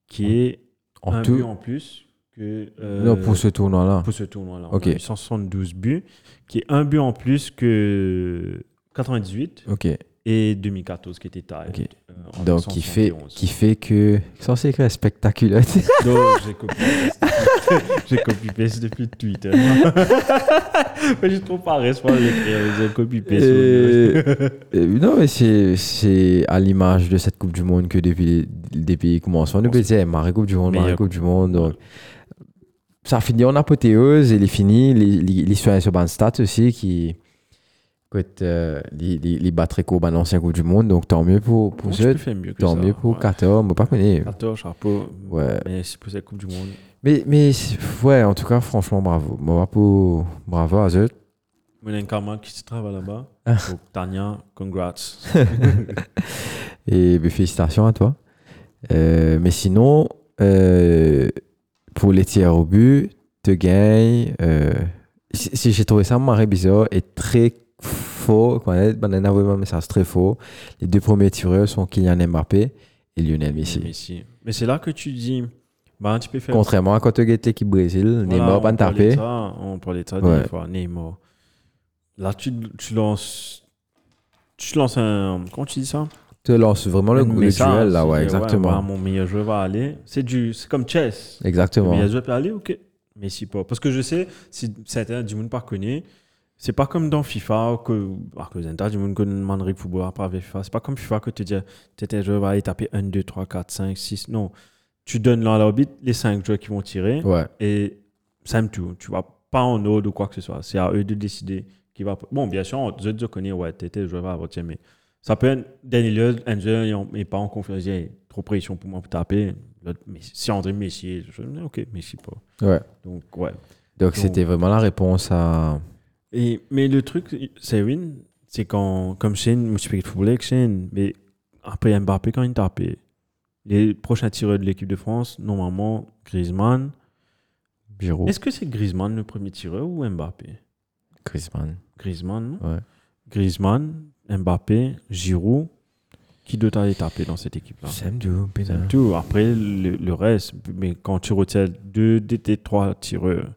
qui est En un tout, but en plus que euh, non, pour ce tournoi-là. pour ce tournoi-là. Ok. On a eu 172 buts, qui est un but en plus que 98 Ok. et 2014 qui était euh, taille. Ok. Donc, qui fait, Qui... qui fait que. Censé écrire spectaculaire. Donc j'ai copié-paste. j'ai copié-paste depuis Twitter. Mais j'ai trop pas responsable d'écrire, j'ai copié-paste. Euh, euh, non, mais c'est- c'est à l'image de cette Coupe du Monde que depuis, depuis le commencement, on peut dire Marie Coupe du Monde, Marie Meilleure Coupe du Monde. Donc, ça finit en apothéose, elle est finie. Les- les- L'histoire est sur Ban Stats aussi qui. écoute, euh, les, les, les battre record ban l'ancien Coupe du Monde, donc tant mieux pour, pour Comment tu eux, peux faire mieux que tant ça, mieux pour ouais. 14, moi pas connu. 14, chapeau. Ouais. Mais c'est pour cette Coupe du Monde. Mais, mais c'est- ouais, en tout cas, franchement, bravo. Bravo, bravo à eux. Moulin Karma qui se travaille là-bas. Ah. Donc, Tania, congrats. Et ben, félicitations à toi. Euh, mais sinon, euh, pour les tirs au but, te gagne. euh, si si j'ai trouvé ça marré bizarre et très faux, quand même, Banana ben, envoyé un message très faux. Les deux premiers tireurs sont Kylian Mbappé et Lionel Messi. Messi. Mais c'est là que tu dis, bah, tu peux faire. Contrairement à quand tu as l'équipe Brésil, Voilà, Neymar, on pas parlait de tapé. ça, On parlait de ça Ouais. des fois. Neymar. Là, tu, tu lances. Tu lances un. Comment tu dis ça Tu lances vraiment le, Un le message, duel, là, tu dis, ouais, bah, exactement. mon meilleur joueur va aller. C'est du. C'est comme chess. Le Exactement. meilleur joueur peut aller ou que Messi pas. Parce que je sais, si certains du monde pas connaît, C'est pas comme dans FIFA que. Alors que Zenta, du monde que Manrique Football pas avec FIFA. C'est pas comme FIFA que tu dis, tu étais joueur, va aller taper 1, 2, 3, 4, 5, 6. Non. Tu donnes là à l'arbitre les 5 joueurs qui vont tirer Ouais. et same tout. Tu vas pas en ordre ou quoi que ce soit. C'est à eux de décider qui va. Bon, bien sûr, je te connais, ouais, t'étais le joueur à voter, mais ça peut être Daniel un joueur et on- et pas en confiance. Il y a trop de pression pour moi pour taper. L'autre, mais Si André Messi, je dis, ok, Messi pas. Ouais. Donc, ouais. Donc c'était vraiment la réponse à. Et, mais le truc, c'est win, c'est quand, comme Shane, je suis football Shane, mais après Mbappé, quand il tapait, les prochains tireurs de l'équipe de France, normalement, Griezmann. Giroud. Est-ce que c'est Griezmann le premier tireur ou Mbappé Griezmann. Griezmann, non Ouais. Griezmann, Mbappé, Giroud. Qui d'autre allait taper dans cette équipe-là J'aime du C'est tout. Après, le, le reste, mais quand tu retiens deux des tes trois tireurs,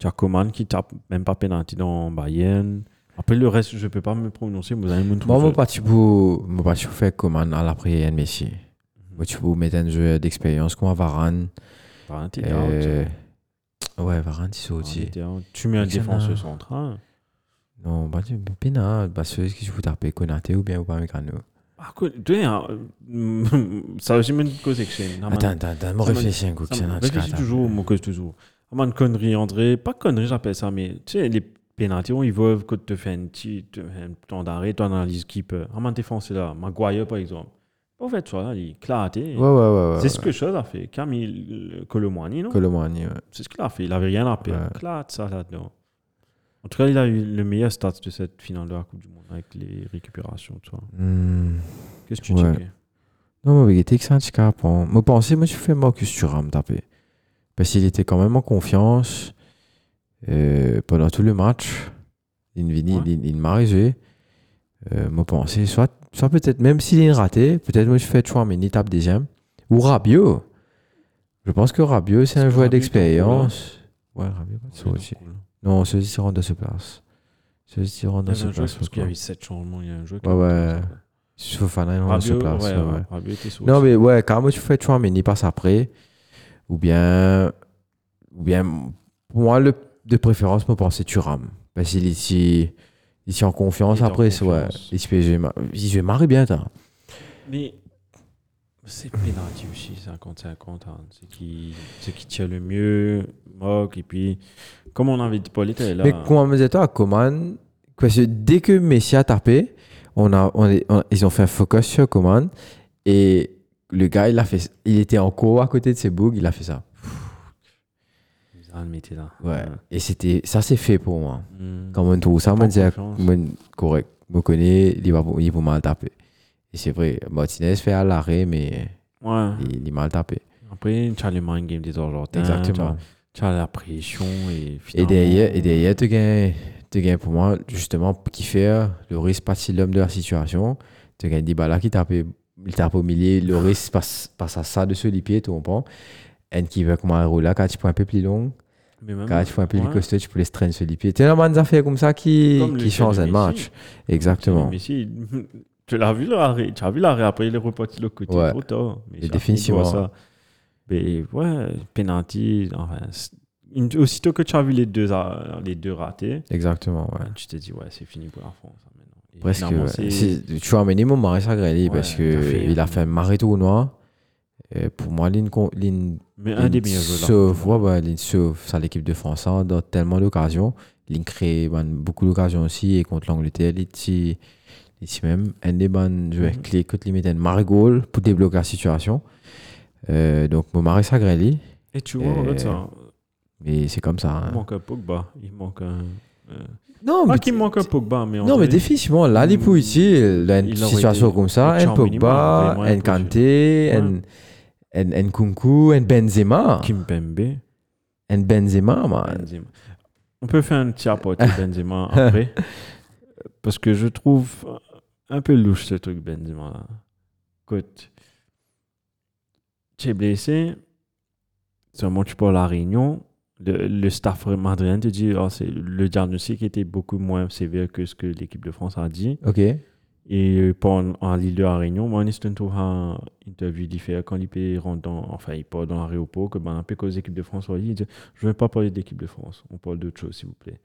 Jacoman qui tape même pas penalty dans Bayern. Après, le reste, je peux pas me prononcer, mais vous allez me Moi, trouver. mon parti pour, mon parti pour faire comment à l'après Yann Messi. Mhm. Moi, tu peux mettre un joueur d'expérience comme Varane. Varane, t'es out. Euh, ouais, Varane, il sont Varane, aussi. t'es out. Tu mets un Alexander. défenseur central. Non, bah, tu peux pas, bah, ceux qui vous tapez, Konaté ou bien ou pas Mécano. Par contre, tu sais, hein, ça aussi même cause exchange. Attends, attends, attends, moi, Ça me- réfléchis un coup, Ça c'est me un réfléchit toujours, mon coach, toujours. Ah, man, connerie, André. Pas connerie, j'appelle ça, mais tu sais, les pénalités, ils veulent que tu fais un petit te fais un temps d'arrêt, tu analyses qui peut. Ah, man, défense, c'est là. Maguire, par exemple. En fait, tu vois, là, il clarté. Ouais, ouais, ouais. ouais c'est ce que chose a fait. Camille Colomani, non Colomani, ouais. C'est ce qu'il a fait. Il avait rien à perdre. Ouais. Clate, ça, là-dedans. En tout cas, il a eu le meilleur stats de cette finale de la Coupe du Monde avec les récupérations, tu vois. Hmm. Qu'est-ce que tu Ouais. dis Non, mais vérité, que c'est un petit carapon. Moi, pensez, moi, je fais Marcus Thuram taper. Parce qu'il était quand même en confiance euh, pendant tout le match. Il ne Ouais. il, il m'a arrivé. Euh, moi, pensez, soit, soit peut-être, même s'il est raté, peut-être moi, je fais Thuram une étape deuxième. Ou Rabiot. Je pense que Rabiot, c'est Est-ce un que Rabiot joueur est en d'expérience. Ouais, Rabiot, pas de C'est souci. cool. Non, ceux-ci se rendent à ce place. Ceux-ci se rendent Il à y avait ce un jeu, place. parce qu'il y a eu 7 changements. Il y a un jeu qui Ouais, a été ouais. comme ça. Fofana, ils rendent à ce Rabiot, Ah, place. ouais, ouais, ouais. ouais, Rabiot était sur Non, aussi. mais ouais, carrément, tu fais vois mais il passe après. Ou bien. Ou bien. Pour moi, le, de préférence, moi, penser Turam. Parce qu'il est ici. Ici en confiance, Il est en après, c'est- ouais. confiance. Il se fait, je vais mar- il se fait marrer bien, t'as. Mais c'est pénalty aussi, 50-50. hein. C'est qui, c'est qui tient le mieux, moque. Et puis, comme on avait dit, Paul était là. Mais comment me disais-tu à Coman Parce que dès que Messi a tapé, on a, on est- on- ils ont fait un focus sur Coman. Et le gars, il, a fait, il était en cours à côté de ses bougs, il a fait ça. Zidane, mais t'es là. Ouais. Et c'était, ça, c'est fait pour moi. Mm. Quand on trouve ça, Pas on dit à- confiance. on- correct. Je connais, il va il va mal taper. Et c'est vrai, Martinez fait à l'arrêt, mais Ouais. il, il est mal tapé. Après, tu as le mind game des Argentins. Exactement. Tu as, tu as la pression. Et, Et finalement- derrière, et derrière tu gagnes, tu gagnes pour moi, justement, qui fait euh, le risque passe l'homme de la situation. Tu gagnes Dybala qui tape, il tape au milieu, le risque passe, passe à ça de ce pieds, tu comprends. Et qui veut comme un rôle là, quand tu prends un peu plus long, Mais même- quand tu prends un peu plus Ah, ouais. costaud, tu peux les traîner ce pieds. Tu as un affaire comme ça qui, Comme le qui change fait un Messi. match. Exactement. Mais si, tu l'as vu l'arrêt, tu as vu l'arrêt, après il est reparti de l'autre côté, Ouais. trop tard. Mais Et j'ai définitivement. appris de voir ça. Mais ouais, penalty, enfin, c'est- une- aussitôt que tu as vu les deux, a- les deux ratés, Exactement, ouais. tu t'es dit, ouais, c'est fini pour la France. hein, maintenant. Et Presque. finalement, ouais. c'est- C'est- Tu as amené mon mari Sagrelli Ouais, parce tout à que fait. il a fait un marée tournoi. Et pour moi, l'une con- l'une- mais un des l'une meilleurs joueurs. de la Coupe sauve, du Monde. ouais, ouais, l'une sauve ça l'équipe de France hein, dans tellement d'occasions. L'une crée ben, beaucoup d'occasions aussi et contre l'Angleterre, ici même un des bons joueurs Mhm. clés que tu mets un marée goal pour débloquer la situation. Euh, donc mon mari Sagrelli, Et tu vois, regarde ça, hein, mais c'est comme ça. hein. il manque un Pogba, il manque un. euh, Non, Pas mais qu'il manque un Pogba, mais. Non, mais définitivement, là, les pour ici, là, une Il aurait situation été- comme ça, Et un Tchouaméni, il aurait Pogba, moins un coaché. Kanté, un, un, un Kunku, un Benzema. Kim Pembe, Un Benzema, man. Benzema. On peut faire un petit apport de Benzema après. Parce que je trouve un peu louche ce truc Benzema là. Écoute, tu es blessé, seulement tu pars à la réunion, le, le staff madrilène te dit Ah, c'est le diagnostic était beaucoup moins sévère que ce que l'équipe de France a dit. Ok. Et pendant en l'île de la Réunion, moi, je suis en interview différente quand l'IP rentre dans, enfin, il part dans l'aéroport, que ben, un peu cause équipe de France, il dit, je ne veux pas parler d'équipe de France, on parle d'autre chose, s'il vous plaît.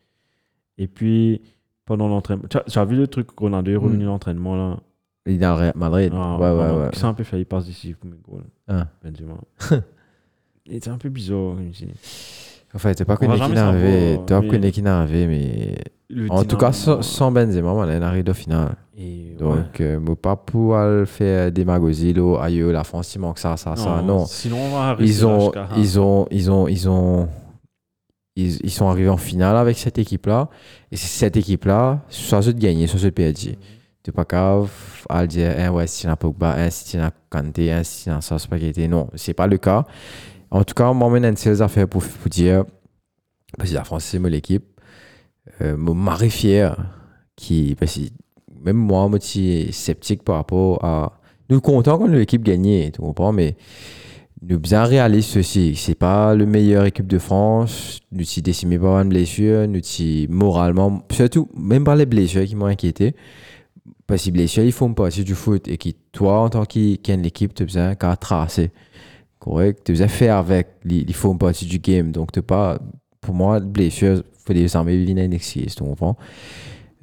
Et puis, pendant l'entraînement, tu as- tu as vu le truc qu'on a deux revenu Mm. l'entraînement là Il est dans le Real Madrid. Ah, ouais, ouais, voilà. ouais. C'est un peu failli passe décisif pour mes goals. Ah. Benzema. Et c'est un peu bizarre. je me suis dit. Enfin, t'es pas On va connu qui jamais n'a savoir, arrivé. Tu mais- pas connu qui n'a arrivé, mais. Le En tout cas, dynamisme, sans, sans Benzema, man, elle arrive au final. Et ouais. Donc, euh, moi, pas pour aller faire euh, démagogie, là, aïe, la France, il manque ça, ça, ah, ça. Non. Sinon, on va rester Ils là ont, jusqu'à- ils ont, ils ont, ils ont, ils, ils sont arrivés en finale avec cette équipe-là. Et c'est cette équipe-là, soit ceux de gagner, soit ceux de PSG. T'es pas cave à le dire, hein, ouais, si t'es un Pogba, hein, si t'es un Kanté, hein, si t'es un Sauce Spaghetti. Non, c'est pas le cas. En tout cas, moi, maintenant, c'est les affaires pour, pour dire, parce que la France, c'est moi l'équipe. Euh, mon mari fier, qui, parce que même moi, moi, petit sceptique par rapport à. Nous comptons quand l'équipe gagnait, tu comprends, mais nous bien réaliste ceci. C'est pas le meilleur équipe de France. Nous sommes décimés par une blessure. Nous sommes moralement, surtout, même par les blessures qui m'ont inquiété. Parce que les blessures, ils font partie du foot. Et qui, toi, en tant qu'équipe, l'équipe, tu as besoin qu'à tracer. Correct? Tu as besoin faire avec. Ils ils font partie du game. Donc, t'es pas, pour moi, les blessures, faut les armer viennent une excuse. Tu comprends?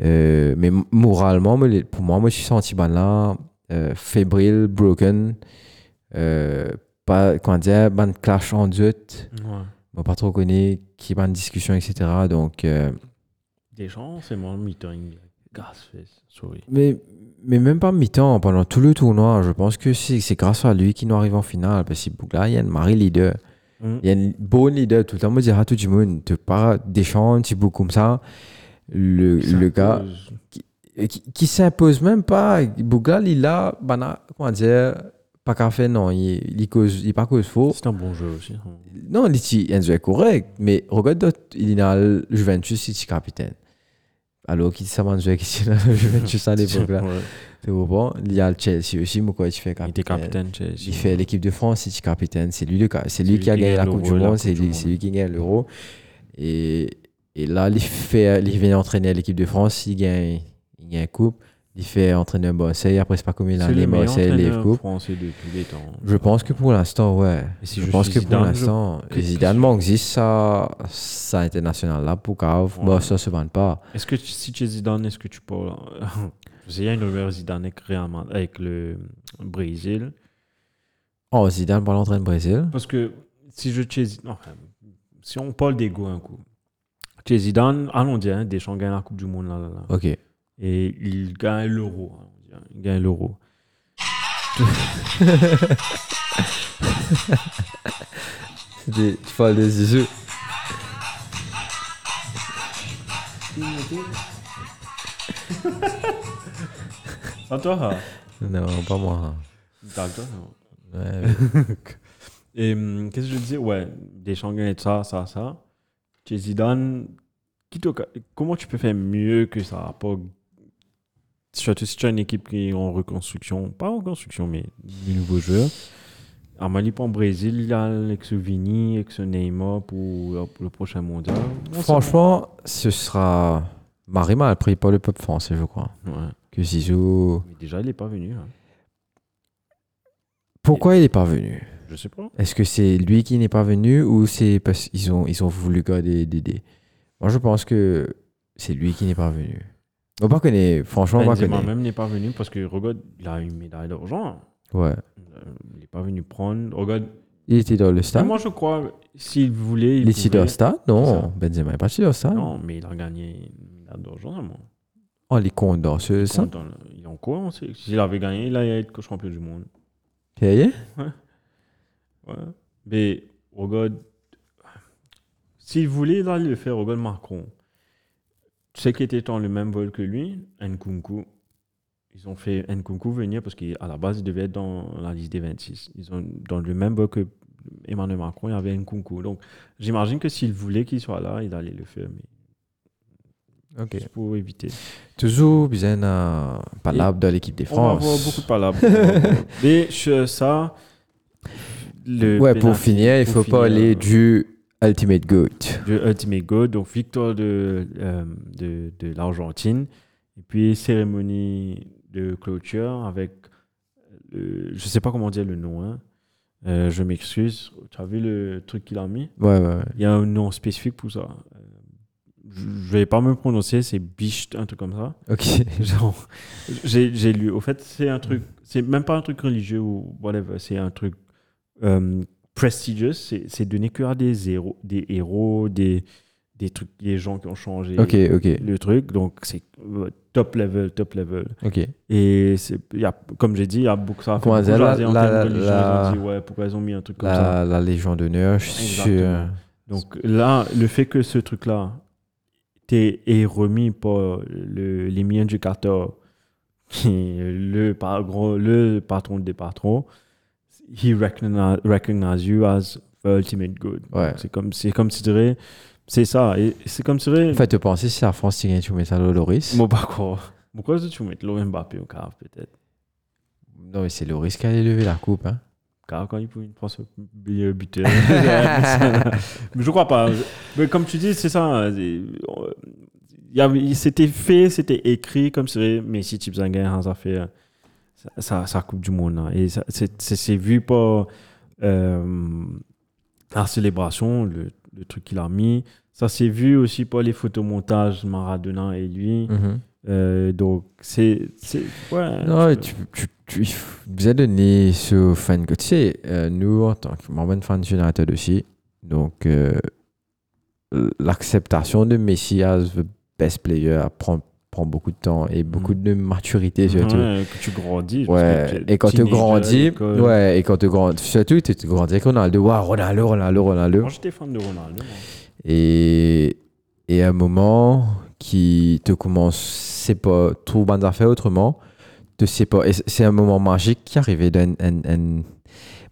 Euh, mais m- moralement, me les- pour moi, moi, je suis senti ben là, euh, fébrile, broken. Euh, pas, comment dire, ban clash en doute, Ouais. on pas trop connaît, qui ban discussion, etc. Donc, euh, Des gens, c'est mon meeting. Gasfest, sorry. mais, mais même pas mi-temps, pendant tout le tournoi, je pense que c'est c'est grâce à lui qu'il nous arrive en finale. Parce que Bougla, il y a une Marie leader. Mm. Il y a une bonne leader. Tout le temps, me dire à tout du monde, tu pas d'échange, un petit bout comme ça. Le, le gars. et qui, qui s'impose même pas. Bougla, il a, ben, a- comment dire, pas qu'à faire, non, il il cause, il pas cause faux. C'est un bon jeu aussi. hein. Non, Litchi, Enzo est correct, mais regarde, d'autres, il est dans le Juventus, il est capitaine. Alors, qui ça m'a joué, qui est dans le Juventus à l'époque là Ouais. Tu comprends Il y a le Chelsea aussi, mais quoi, il Il fait était capitaine. capitaine Chelsea. Il fait l'équipe de France, il est capitaine. C'est lui, le ca- c'est C'est lui qui a gagné la l'Euro Coupe du et la Monde, Coupe c'est du lui, Monde. c'est lui qui gagne l'Euro. Et, et là, il, fait, il vient entraîner l'équipe de France, il gagne, il gagne la Coupe. Il fait entraîner Marseille, après, c'est pas comme il a C'est le les meilleur Marseille, les entraîneur Coupe. français depuis les temps. Je pense que pour l'instant, ouais. Et si je, je pense suis que pour Zidane, je- l'instant, que- Zidane manque juste ça, ça international là pour Cave. Ouais. Moi, ça se vend pas. Est-ce que tu- si tu es Zidane, est-ce que tu peux. Parce qu'il y a une rumeur Zidane avec, Real Madrid- avec le Brésil. Oh, Zidane pour l'entraîne Brésil. Parce que si je suis Zidane. enfin, si on parle d'ego un coup. Tu es Zidane, allons dire, hein, Deschamps gagne la Coupe du Monde. Là, là, là. Ok. Et il gagne l'euro. allons dire. Il gagne l'euro. C'était- Tu parles de Zizou. À toi, hein. Non, pas moi. T'as le temps, non Ouais, Et hum, qu'est-ce que je disais Ouais, Deschamps gagne ça, ça, ça. Chez Zidane, qui te- comment tu peux faire mieux que ça pas... Surtout si tu as une équipe qui est en reconstruction, pas en reconstruction, mais du nouveau jeu. À Mali, pour le Brésil, il y a avec ce Vini, avec ce Neymar pour euh, pour le prochain mondial. mais- Franchement, ce sera Marie mal pris par le peuple français, je crois. Ouais. Que Zizou. Mais déjà, il n'est pas venu. hein. Pourquoi il n'est pas venu Je sais pas. Est-ce que c'est lui qui n'est pas venu ou c'est parce qu'ils ont, ils ont voulu garder Dédé Moi, je pense que c'est lui qui n'est pas venu. On pas connaît, franchement, on pas Benzema connaît. même n'est pas venu parce que, regarde, il a une médaille d'argent. Ouais. Euh, Il n'est pas venu prendre. Regarde, Il était dans le Mais stade. moi, je crois, s'il voulait, il Il est pouvait. dans le stade C'est ça. Non, Benzema n'est pas dans le stade. Non, mais il a gagné une médaille d'argent, normalement. Oh, les comptes dans ce Quand stade. on- Il est en quoi on sait S'il avait gagné, il allait être champion du monde. Ça y est Ouais. Mais regarde, s'il voulait, il allait le faire, regarde Macron. Tu sais qu'il était dans le même vol que lui, Nkunku. Ils ont fait Nkunku venir parce qu'à la base, il devait être dans la liste des 26. Ils ont dans le même vol que Emmanuel Macron, il y avait Nkunku. Donc, j'imagine que s'il voulait qu'il soit là, il allait le faire. Mais Ok. juste pour éviter. Toujours, Bizen a pas euh, Et- l'arbre dans l'équipe des On va avoir France. beaucoup de palabres. On va avoir- Mais je- ça. Le Ouais, pour penalty, finir, il pour faut finir, euh, pas aller du Ultimate Goat. du Ultimate Goal. Donc, victoire de, euh, de, de l'Argentine. Et puis, cérémonie de clôture avec. euh, je sais pas comment dire le nom. hein. Euh, je m'excuse. Tu as vu le truc qu'il a mis Ouais, ouais, ouais. Il y a un nom spécifique pour ça. Euh, je je vais pas me prononcer, c'est Bicht, un truc comme ça. Ok. Genre, j'ai j'ai lu. Au fait, c'est un truc, c'est même pas un truc religieux ou whatever, c'est un truc euh, prestigious. C'est c'est donné que à des héros, des héros, des, des trucs, des gens qui ont changé Ok, ok, le truc. Donc, c'est euh, top level, top level. ok. Et c'est- il y a, comme j'ai dit, il y a beaucoup ça. a fait Comment beaucoup dire, la- jaser en la- termes religieux, la- Ils ont dit, ouais, pourquoi ils ont mis un truc comme ça. La, la Légion d'honneur, je suis sûr. Exactement. Donc là, le fait que ce truc-là t'ait- est remis par le, les miens du 14, qui est le, par- gros- le patron des patrons, he recognize, recognize you as the ultimate good. Ouais. C'est comme, c'est comme si tu dirais, c'est ça, et c'est comme si tu dirais, En fait, tu penses si la France tirait tu mets ça le Loris mon parcours. Pourquoi est-ce que tu mets Laurent Mbappé au cave, peut-être Non, mais c'est Loris qui a lever la coupe. Hein. Car quand il pouvait prendre ce billet buteur. Mais je crois pas. Mais comme tu dis, c'est ça. c'est- on- il y avait- C'était fait, c'était écrit comme si Messi, Chips Hans a fait sa- sa, sa Coupe du Monde. là. Et ça- c'est c'est- c'est vu par euh, la célébration, le, le truc qu'il a mis. Ça s'est vu aussi par les photomontages Maradona et lui. Mm. Mhm. Euh, donc, c'est. c'est- Ouais, Non, tu, tu, tu, il faut bien donner ce fan que tu sais, euh, nous, en tant que Mormon fan générateur aussi, donc euh, l'acceptation de Messi as the best player prend, prend beaucoup de temps et beaucoup de maturité surtout. Ouais. Mm. Ouais, que tu grandis. parce que et quand tu teenager à grandis, l'école. ouais, et quand tu grandis, surtout tu tu grandis avec Ronaldo, Ouah, Ronaldo, Ronaldo, Ronaldo. Moi, j'étais fan de Ronaldo. hein. moi. Et, et à un moment qui te commence, c'est pas tout bande à faire autrement, te sais pas. Et c- c'est un moment magique qui arrivait d'un. un- un- Moi,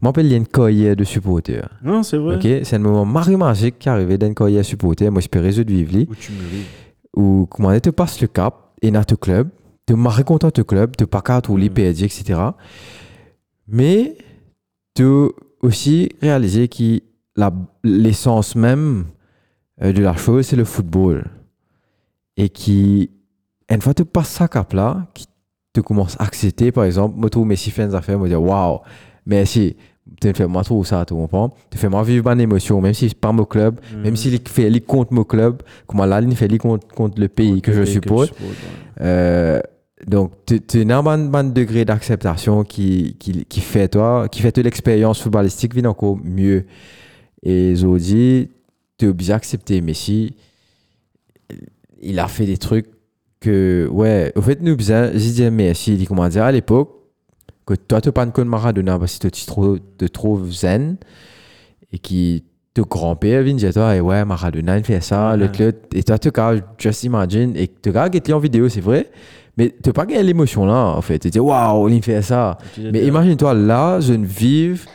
je m'appelle une coyer de supporter. Non, c'est vrai. ok C'est un moment mari magique qui arrivait d'un coyer de supporter. Moi, j'espérais je de vivre. lui. Où tu me ris. Où, comment tu passes le cap et dans ton club, tu es content de ton club, tu pas qu'à tout les Mm. PSG, etc. Mais tu aussi réaliser que la- l'essence même euh, de la chose, c'est le football. Et qui, une fois que tu passes ça cap-là, qui tu commences à accepter, par exemple, moi, tout Messi fans à faire, me dire, waouh, Messi, tu fais moi tout ça, tu comprends? Tu fais moi vivre une émotion, même si c'est pas mon club, Mm-hmm. même s'il fait les contre mon club, comment la ligne fait les contre, contre le pays que je suppose. Euh, donc, tu tu as un bon, bon degré d'acceptation qui, qui, qui fait toi, qui fait que l'expérience footballistique vient encore mieux. Et Zodi, tu es obligé d'accepter Messi. Il a fait des trucs que, ouais, au fait, nous, j'ai dit Messi, il dit comment dire à l'époque, que toi, tu pas de Maradona parce que tu te trou- te trouves zen et qui te grand-père vient dire toi, et ouais, Maradona, il fait ça, le Ouais. club, et toi, tu as just imagine, et tu as en vidéo, c'est vrai, mais tu pas gagné l'émotion là, en fait. Tu dis, waouh, il fait ça. Mais imagine-toi, là, je ne vive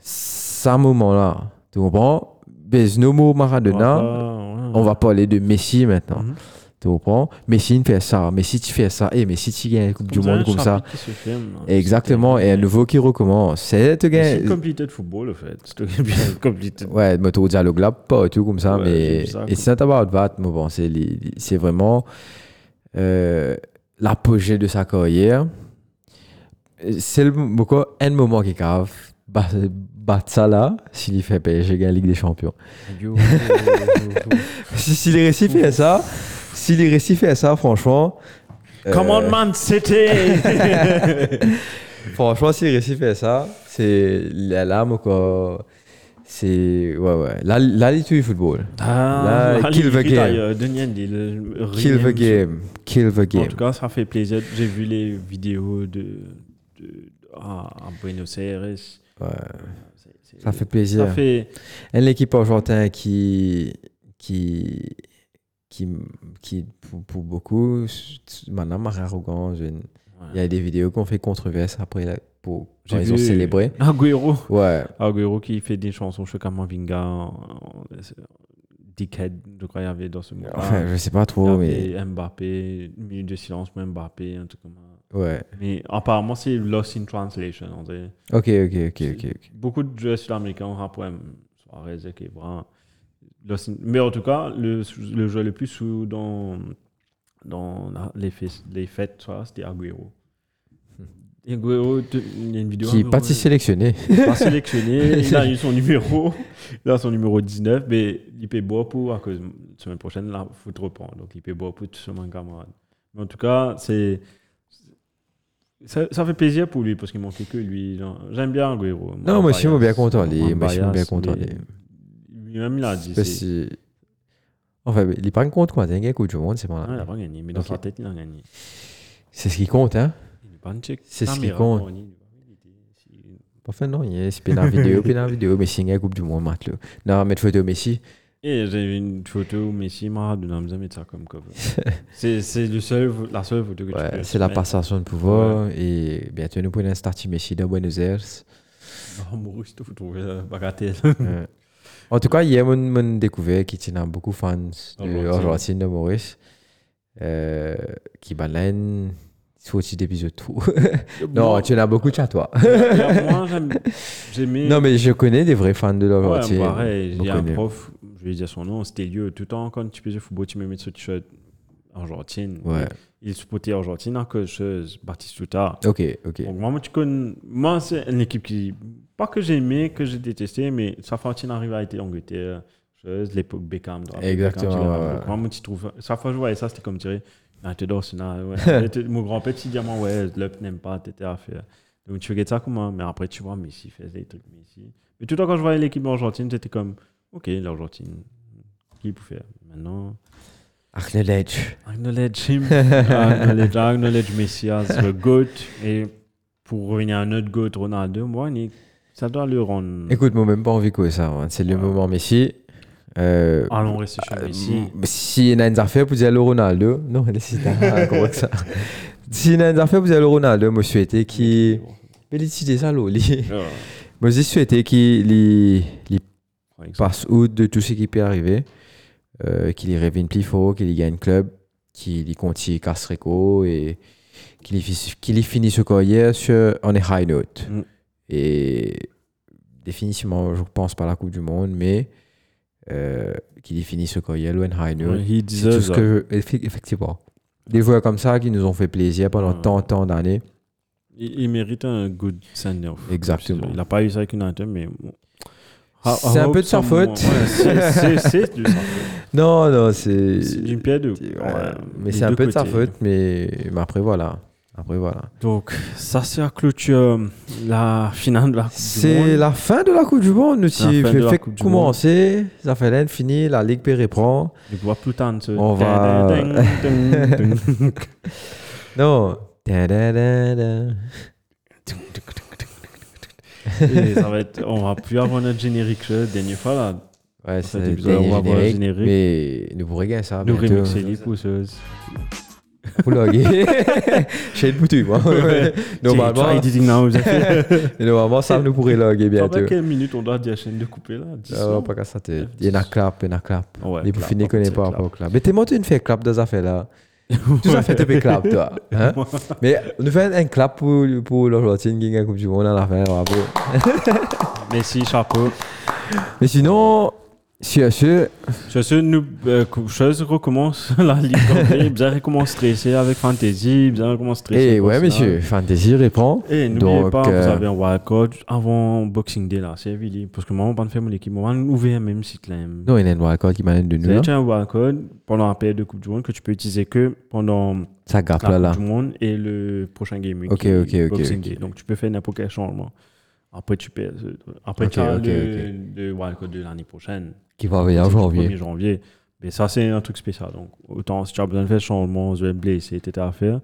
ce moment-là. Tu comprends? There's no more Maradona. On va parler de Messi maintenant. Mhm. Tu comprends? Messi, il fait ça. Messi, tu fais ça. Et Messi, tu gagnes la Coupe du Monde comme ça. hein. Exactement. Et à nouveau euh, qui recommence. C'est te C'est gagner. compliqué de football, en fait. C'est bien compliqué. Ouais, mais au dialogue là, pas tout comme ça, Ouais, c'est mais. bizarre, Et quoi. c'est about that, mais bon, c'est les- les- c'est vraiment euh, l'apogée de sa carrière. Et C'est le pourquoi un moment qui cave. Bat bat ça là, s'il y fait PSG gagne la Ligue des Champions. Euh, Si- S'il est réussi fait ça, s'il est réussi fait ça, franchement. euh, Come on, man, c'était. Franchement, si Récif fait ça, c'est la lame, quoi. C'est. Ouais, ouais. Là, là il tue le football. Ah, Là, allez, kill the écris game. d'ailleurs, Denis Andy, le- Kill the rien. game. Kill the En game. tout cas, ça fait plaisir. J'ai vu les vidéos de. de- ah, à Buenos Aires. Ouais, C'est- c'est- ça fait plaisir. Ça fait. Et l'équipe argentine qui. qui. qui. qui pour, pour beaucoup, maintenant, Marie Arrogant, je- il y a des vidéos qu'on fait controverse après, là, pour, quand ils ont célébré. Agüero. Ouais. Agüero qui fait des chansons chez Kamavinga, en- en- Dickhead, je crois qu'il y avait dans ce mot. Enfin, je sais pas trop, mais. Mbappé, minute de silence pour Mbappé, un truc comme ça. Ouais. Mais apparemment, c'est Lost in Translation. on dirait. Ok, ok, ok, ok. ok. Beaucoup de joueurs sud-américains ont un problème. Suarez, Kebra. Lost in- Mais en tout cas, le, le joueur le plus sous dans, dans la- les, fes- les fêtes, ça, c'était Agüero. Et Guerrero, te- il y a une vidéo. qui n'est hein, pas Guerrero, si sélectionné. il est pas sélectionné. il a eu son numéro. Il a son numéro 19. Mais il paie bois pour, à cause semaine prochaine, là, il faut te reprendre. Donc il paie bois pour tout sur mon camarade. Mais en tout cas, c'est. Ça, ça fait plaisir pour lui parce qu'il manquait que lui. genre, J'aime bien Guerrero. Non, moi, je suis Bias, bien content, les- Juan moi, je suis bien Bias, content, mais les- Lui-même, il a dit. Parce c'est- que- Enfin, mais il prend compte quoi, t'es un gars Coupe du Monde, c'est pas Ah, il là. n'a pas gagné, mais dans Ok. sa tête, il a gagné. C'est ce qui compte, hein. Il n'est pas un check. C'est ce qui Caméra, compte. on y- si- Enfin, non, il est Puis dans la vidéo, puis dans la vidéo, Messi gagne la Coupe du Monde, mate, là. Non, mettre photo Messi. Et j'ai vu une photo où Messi Maradona me mis ça comme cover. c'est c'est le seul, la seule photo que tu Ouais, peux c'est la mettre. passation de pouvoir. Et bientôt, nous prenons un starting Messi dans Buenos Aires. Oh, Maurice, tout trouver la bagatelle. Ouais. Euh, En tout cas, hier, mon, mon découvert qui tient beaucoup de fans de Argentine. Argentine, de Maurice, euh, qui balaine. Faut aussi d'épisode tout. non, Moi- tu en as beaucoup de chat, toi. moi j'aime- j'aimais. Non, mais je connais des vrais fans de Mm. Ouais, l'Argentine. pareil, il y a un beaucoup, prof, je vais dire son nom, c'était lieu tout le temps quand tu faisais football, tu me mettais ce t-shirt Argentine. Ouais. Il supportait Argentine à cause de Batistuta. Ok, ok. Donc, moi, moi, tu connais- moi, c'est une équipe qui. Pas que j'aimais, que j'ai détesté, mais Safartine arrive à être Angleterre, chose, l'époque Beckham. drapeau Exactement, Beckham, tu l'as. ouais, ouais. Donc, Moi, moi, tu trouves. Chaque fois que je voyais ça, c'était comme tirer. Ah, t'es d'Arsenal, ouais. T'es- Mon grand petit diamant, ouais, le n'aime pas, t'étais à faire. euh. Donc, tu regardes ça comment Mais après, tu vois, Messi fait des trucs, Messi. Mais tout le temps, quand je voyais l'équipe argentine, j'étais comme, ok, l'Argentine, qui peut faire Maintenant, Acknowledge. Acknowledge him. acknowledge, acknowledge Messi as the GOAT. Et pour revenir à un autre GOAT, Ronaldo, moi, Nick, ça doit le rendre. Écoute, moi, même pas envie que ça. hein. C'est le Mm. Ouais. moment Messi. Euh, Allons rester chez Messi. Mm, Si il y a une affaire pour dire le Ronaldo, non, elle est si tard, hein, comment que ça. Si il y a une affaire pour dire le Ronaldo, moi je souhaitais qu'il. Mais il dit ça, l'eau. Moi Ouais, je souhaitais qu'il il- il par exemple. passe out de tout ce qui peut arriver, euh, qu'il y revienne plus fort, qu'il y gagne club, qu'il y continue casse record et qu'il y, fi- qu'il y finisse sa carrière sur, on est high note. Mm. Et définitivement, je pense pas à la Coupe du Monde, mais euh, qu'il y finisse sa carrière on high note. He C'est tout deserves ce that. que je- effe- effectivement. Des joueurs comme ça qui nous ont fait plaisir pendant Ouais. tant, tant d'années. Il, il mérite un good send-off. Exactement. Il n'a pas eu ça avec United, mais. bon. I- I C'est un hope peu de sa someone- faute. Ouais, c'est- c'est- c'est de sa faute. Non, non, c'est. C'est d'une pierre deux. c'est- ouais, Ouais, mais des c'est un deux peu de sa côtés. faute, mais, mais après voilà. Après voilà. Donc, ça, c'est à clôture euh, la finale de la Coupe du C'est Monde. la fin de la Coupe du Monde. Nous la si fin fait, de la fait Coupe du commencer. Ça fait l'un fini. La Ligue P reprend. Je vois plus tard. ce- On va- Ding, ding, ding. Non. Ta-da-da-da. Et ça va être, on va plus avoir notre générique la dernière fois là. fait, Ouais, c'est le épisode, on va dernier avoir le générique, générique. Mais nous pourrions gagner ça. Nous bientôt. remixer les euh, pousseuses. Pour loguer. J'ai le boutu, moi. Ouais. hein. Normalement, Try editing now. vous avez- normalement, ça, nous pourrions Je loguer sais bientôt. pas quelle minute on doit dire à la chaîne de couper là. dix Ah, bah, secondes. pas qu'à ça, t'es- Il y en a clap, il y en a clap. Ouais, Et pour clap, finir, hop, connais c'est pas clap. encore clap. Mais t'es monté une fait clap dans affaires là. Tout ça fait taper clap, toi. hein. Mais nous faisons un clap pour, pour l'Argentine qui gagne la Coupe du Monde à la fin. bravo. Merci, chapeau. Mais sinon, si sûr, Je sais, nous, euh, cou- chose recommence la ligue. Campée. Vous allez commencer à stresser avec Fantasy. Vous allez commencer à stresser. et pour Eh ouais, ça. messieurs, Fantasy répond. Et Eh, n'oubliez Donc, pas, vous euh, avez un wildcard avant Boxing Day là, c'est Vili. Parce que moi, on va pas faire mon équipe, on va ouvrir même site là. Non, il y a une wildcard qui m'amène de nous. C'est là. un wildcard pendant la période de Coupe du Monde que tu peux utiliser que pendant Ça gappe la là, là. Coupe du Monde et le prochain Game Week. Ok, qui est ok, ok, Boxing ok. Day. Donc tu peux faire n'importe quel changement. Après, tu peux, euh, après Ok, tu as ok, le, le wildcard de l'année prochaine. Qui va venir en C'est le janvier. 1er janvier. Mais ça, c'est un truc spécial. Donc autant si tu as besoin de faire changement, je vais blessé, etc. à faire.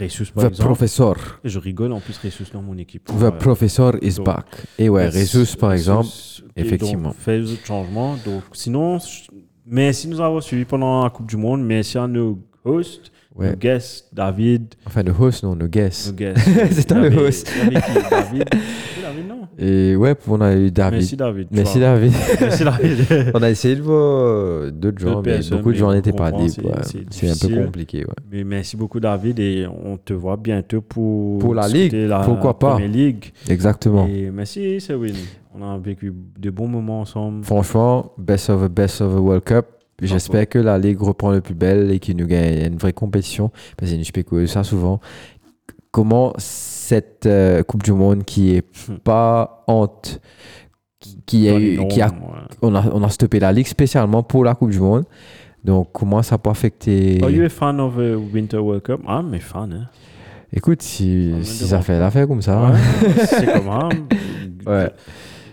Ressus, par The exemple. professeur. Et Je rigole, en plus, Ressus dans mon équipe. The Ouais. professor is Donc, back. Et ouais, Ressus, par Ressus, exemple. qui, donc, effectivement. fait les autres changements. Donc, sinon, je- merci de nous avoir suivis pendant la Coupe du Monde. Merci à nos hosts, Ouais. nos guests, David. Enfin, le host, non, le Nos guest. guests. C'est toi Il y le avait- host. il y avait qui David. C'est David, non Et ouais, on a eu Merci David. David. tu Merci vois. David. Merci David. On a essayé de voir euh, d'autres gens, mais personnes, beaucoup de mais gens on n'étaient pas comprend, libres. c'est- ouais. c'est C'est un peu difficile. compliqué. ouais. Mais merci beaucoup David et on te voit bientôt pour, Pour la discuter Ligue, la pourquoi pas. Première Ligue. Exactement. Et merci Sewin. On a vécu de bons moments ensemble. Franchement, best of the best of the World Cup. J'espère que la Ligue reprend le plus belle et qu'il nous gagne une vraie compétition. Parce que je spécule ça souvent. comment cette euh, Coupe du Monde qui est pas honte, qui, qui a, Hmm. Dans les eu- qui a, normes, ouais. on a, on a stoppé la Ligue spécialement pour la Coupe du Monde. Donc, comment ça peut affecter. Are you a fan of the Winter World Cup? Ah, mais fan, hein. Écoute, si, Ah, mais si devant- ça fait l'affaire comme ça. Ouais, c'est comme hein. Ouais.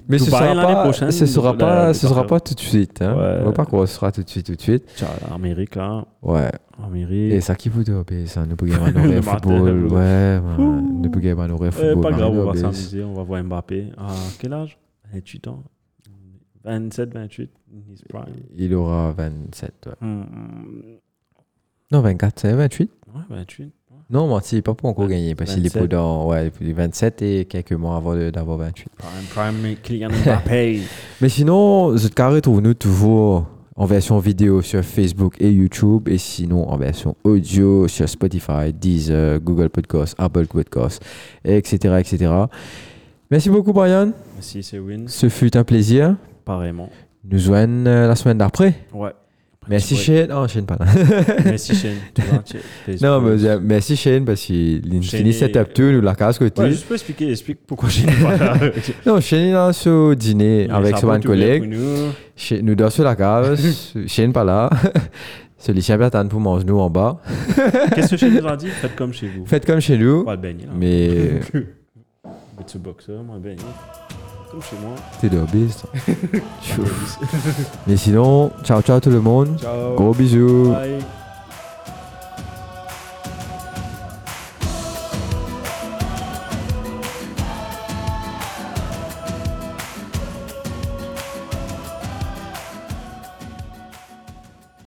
Mais Tout ce pareil, sera l'année pas, prochaine, ce sera la- pas, la- ce sera pas tout de suite. Hein. Ouais. On va pas qu'on sera tout de suite, tout de suite. Tiens, Amérique, là. Ouais. Et Amérique. ça qui vous dope, ça, nous pouvons pas nous Le football. matin. Ouais, ouais. Ouh. nous pouvons pas nous Euh, football. pas bah, grave, nous on va obéis. s'amuser. On va voir Mbappé. À quel âge? 28 ans. 27, 28. He's prime. Il aura 27. ouais. Hmm, Non, 24, c'est 28. Ouais, 28. ouais. Non, menti, il peut pas encore gagner parce qu'il est 27. pas dans ouais, il est 27 et quelques mois avant de- d'avoir 28. Prime, prime, Kylian Mbappé. Mais sinon, Zutcar, trouve-nous toujours en version vidéo sur Facebook et YouTube et sinon en version audio sur Spotify, Deezer, Google Podcast, Apple Podcast, etc. etc. Merci beaucoup, Brian. Merci, c'est Win. Ce fut un plaisir. Pareillement. Nous joignons euh, la semaine d'après. Ouais. Merci, Ouais. Shane. Oh, Shane, pas là. Merci, Shane. Tout entier. non, Facebook. mais euh, merci, Shane, parce qu'il Shane finit est- cette up nous la casse côté. Ouais, je peux expliquer, explique pourquoi j'ai pas là. Non, Shane est là sur dîner avec Ça son va tout bien collègue. pour nous. Chez- nous dors sur la cave, Shane pas là. C'est les chiens platanes pour manger nous en bas. Qu'est-ce que Shane nous a dit Faites comme chez vous. Faites comme chez nous, Pas de baigner. là. mais Mais tu boxer, moi, baigner. Faites hein. Comme chez moi. t'es de hobbyiste. mais sinon, ciao ciao tout le monde. Ciao. Gros bisous. Bye.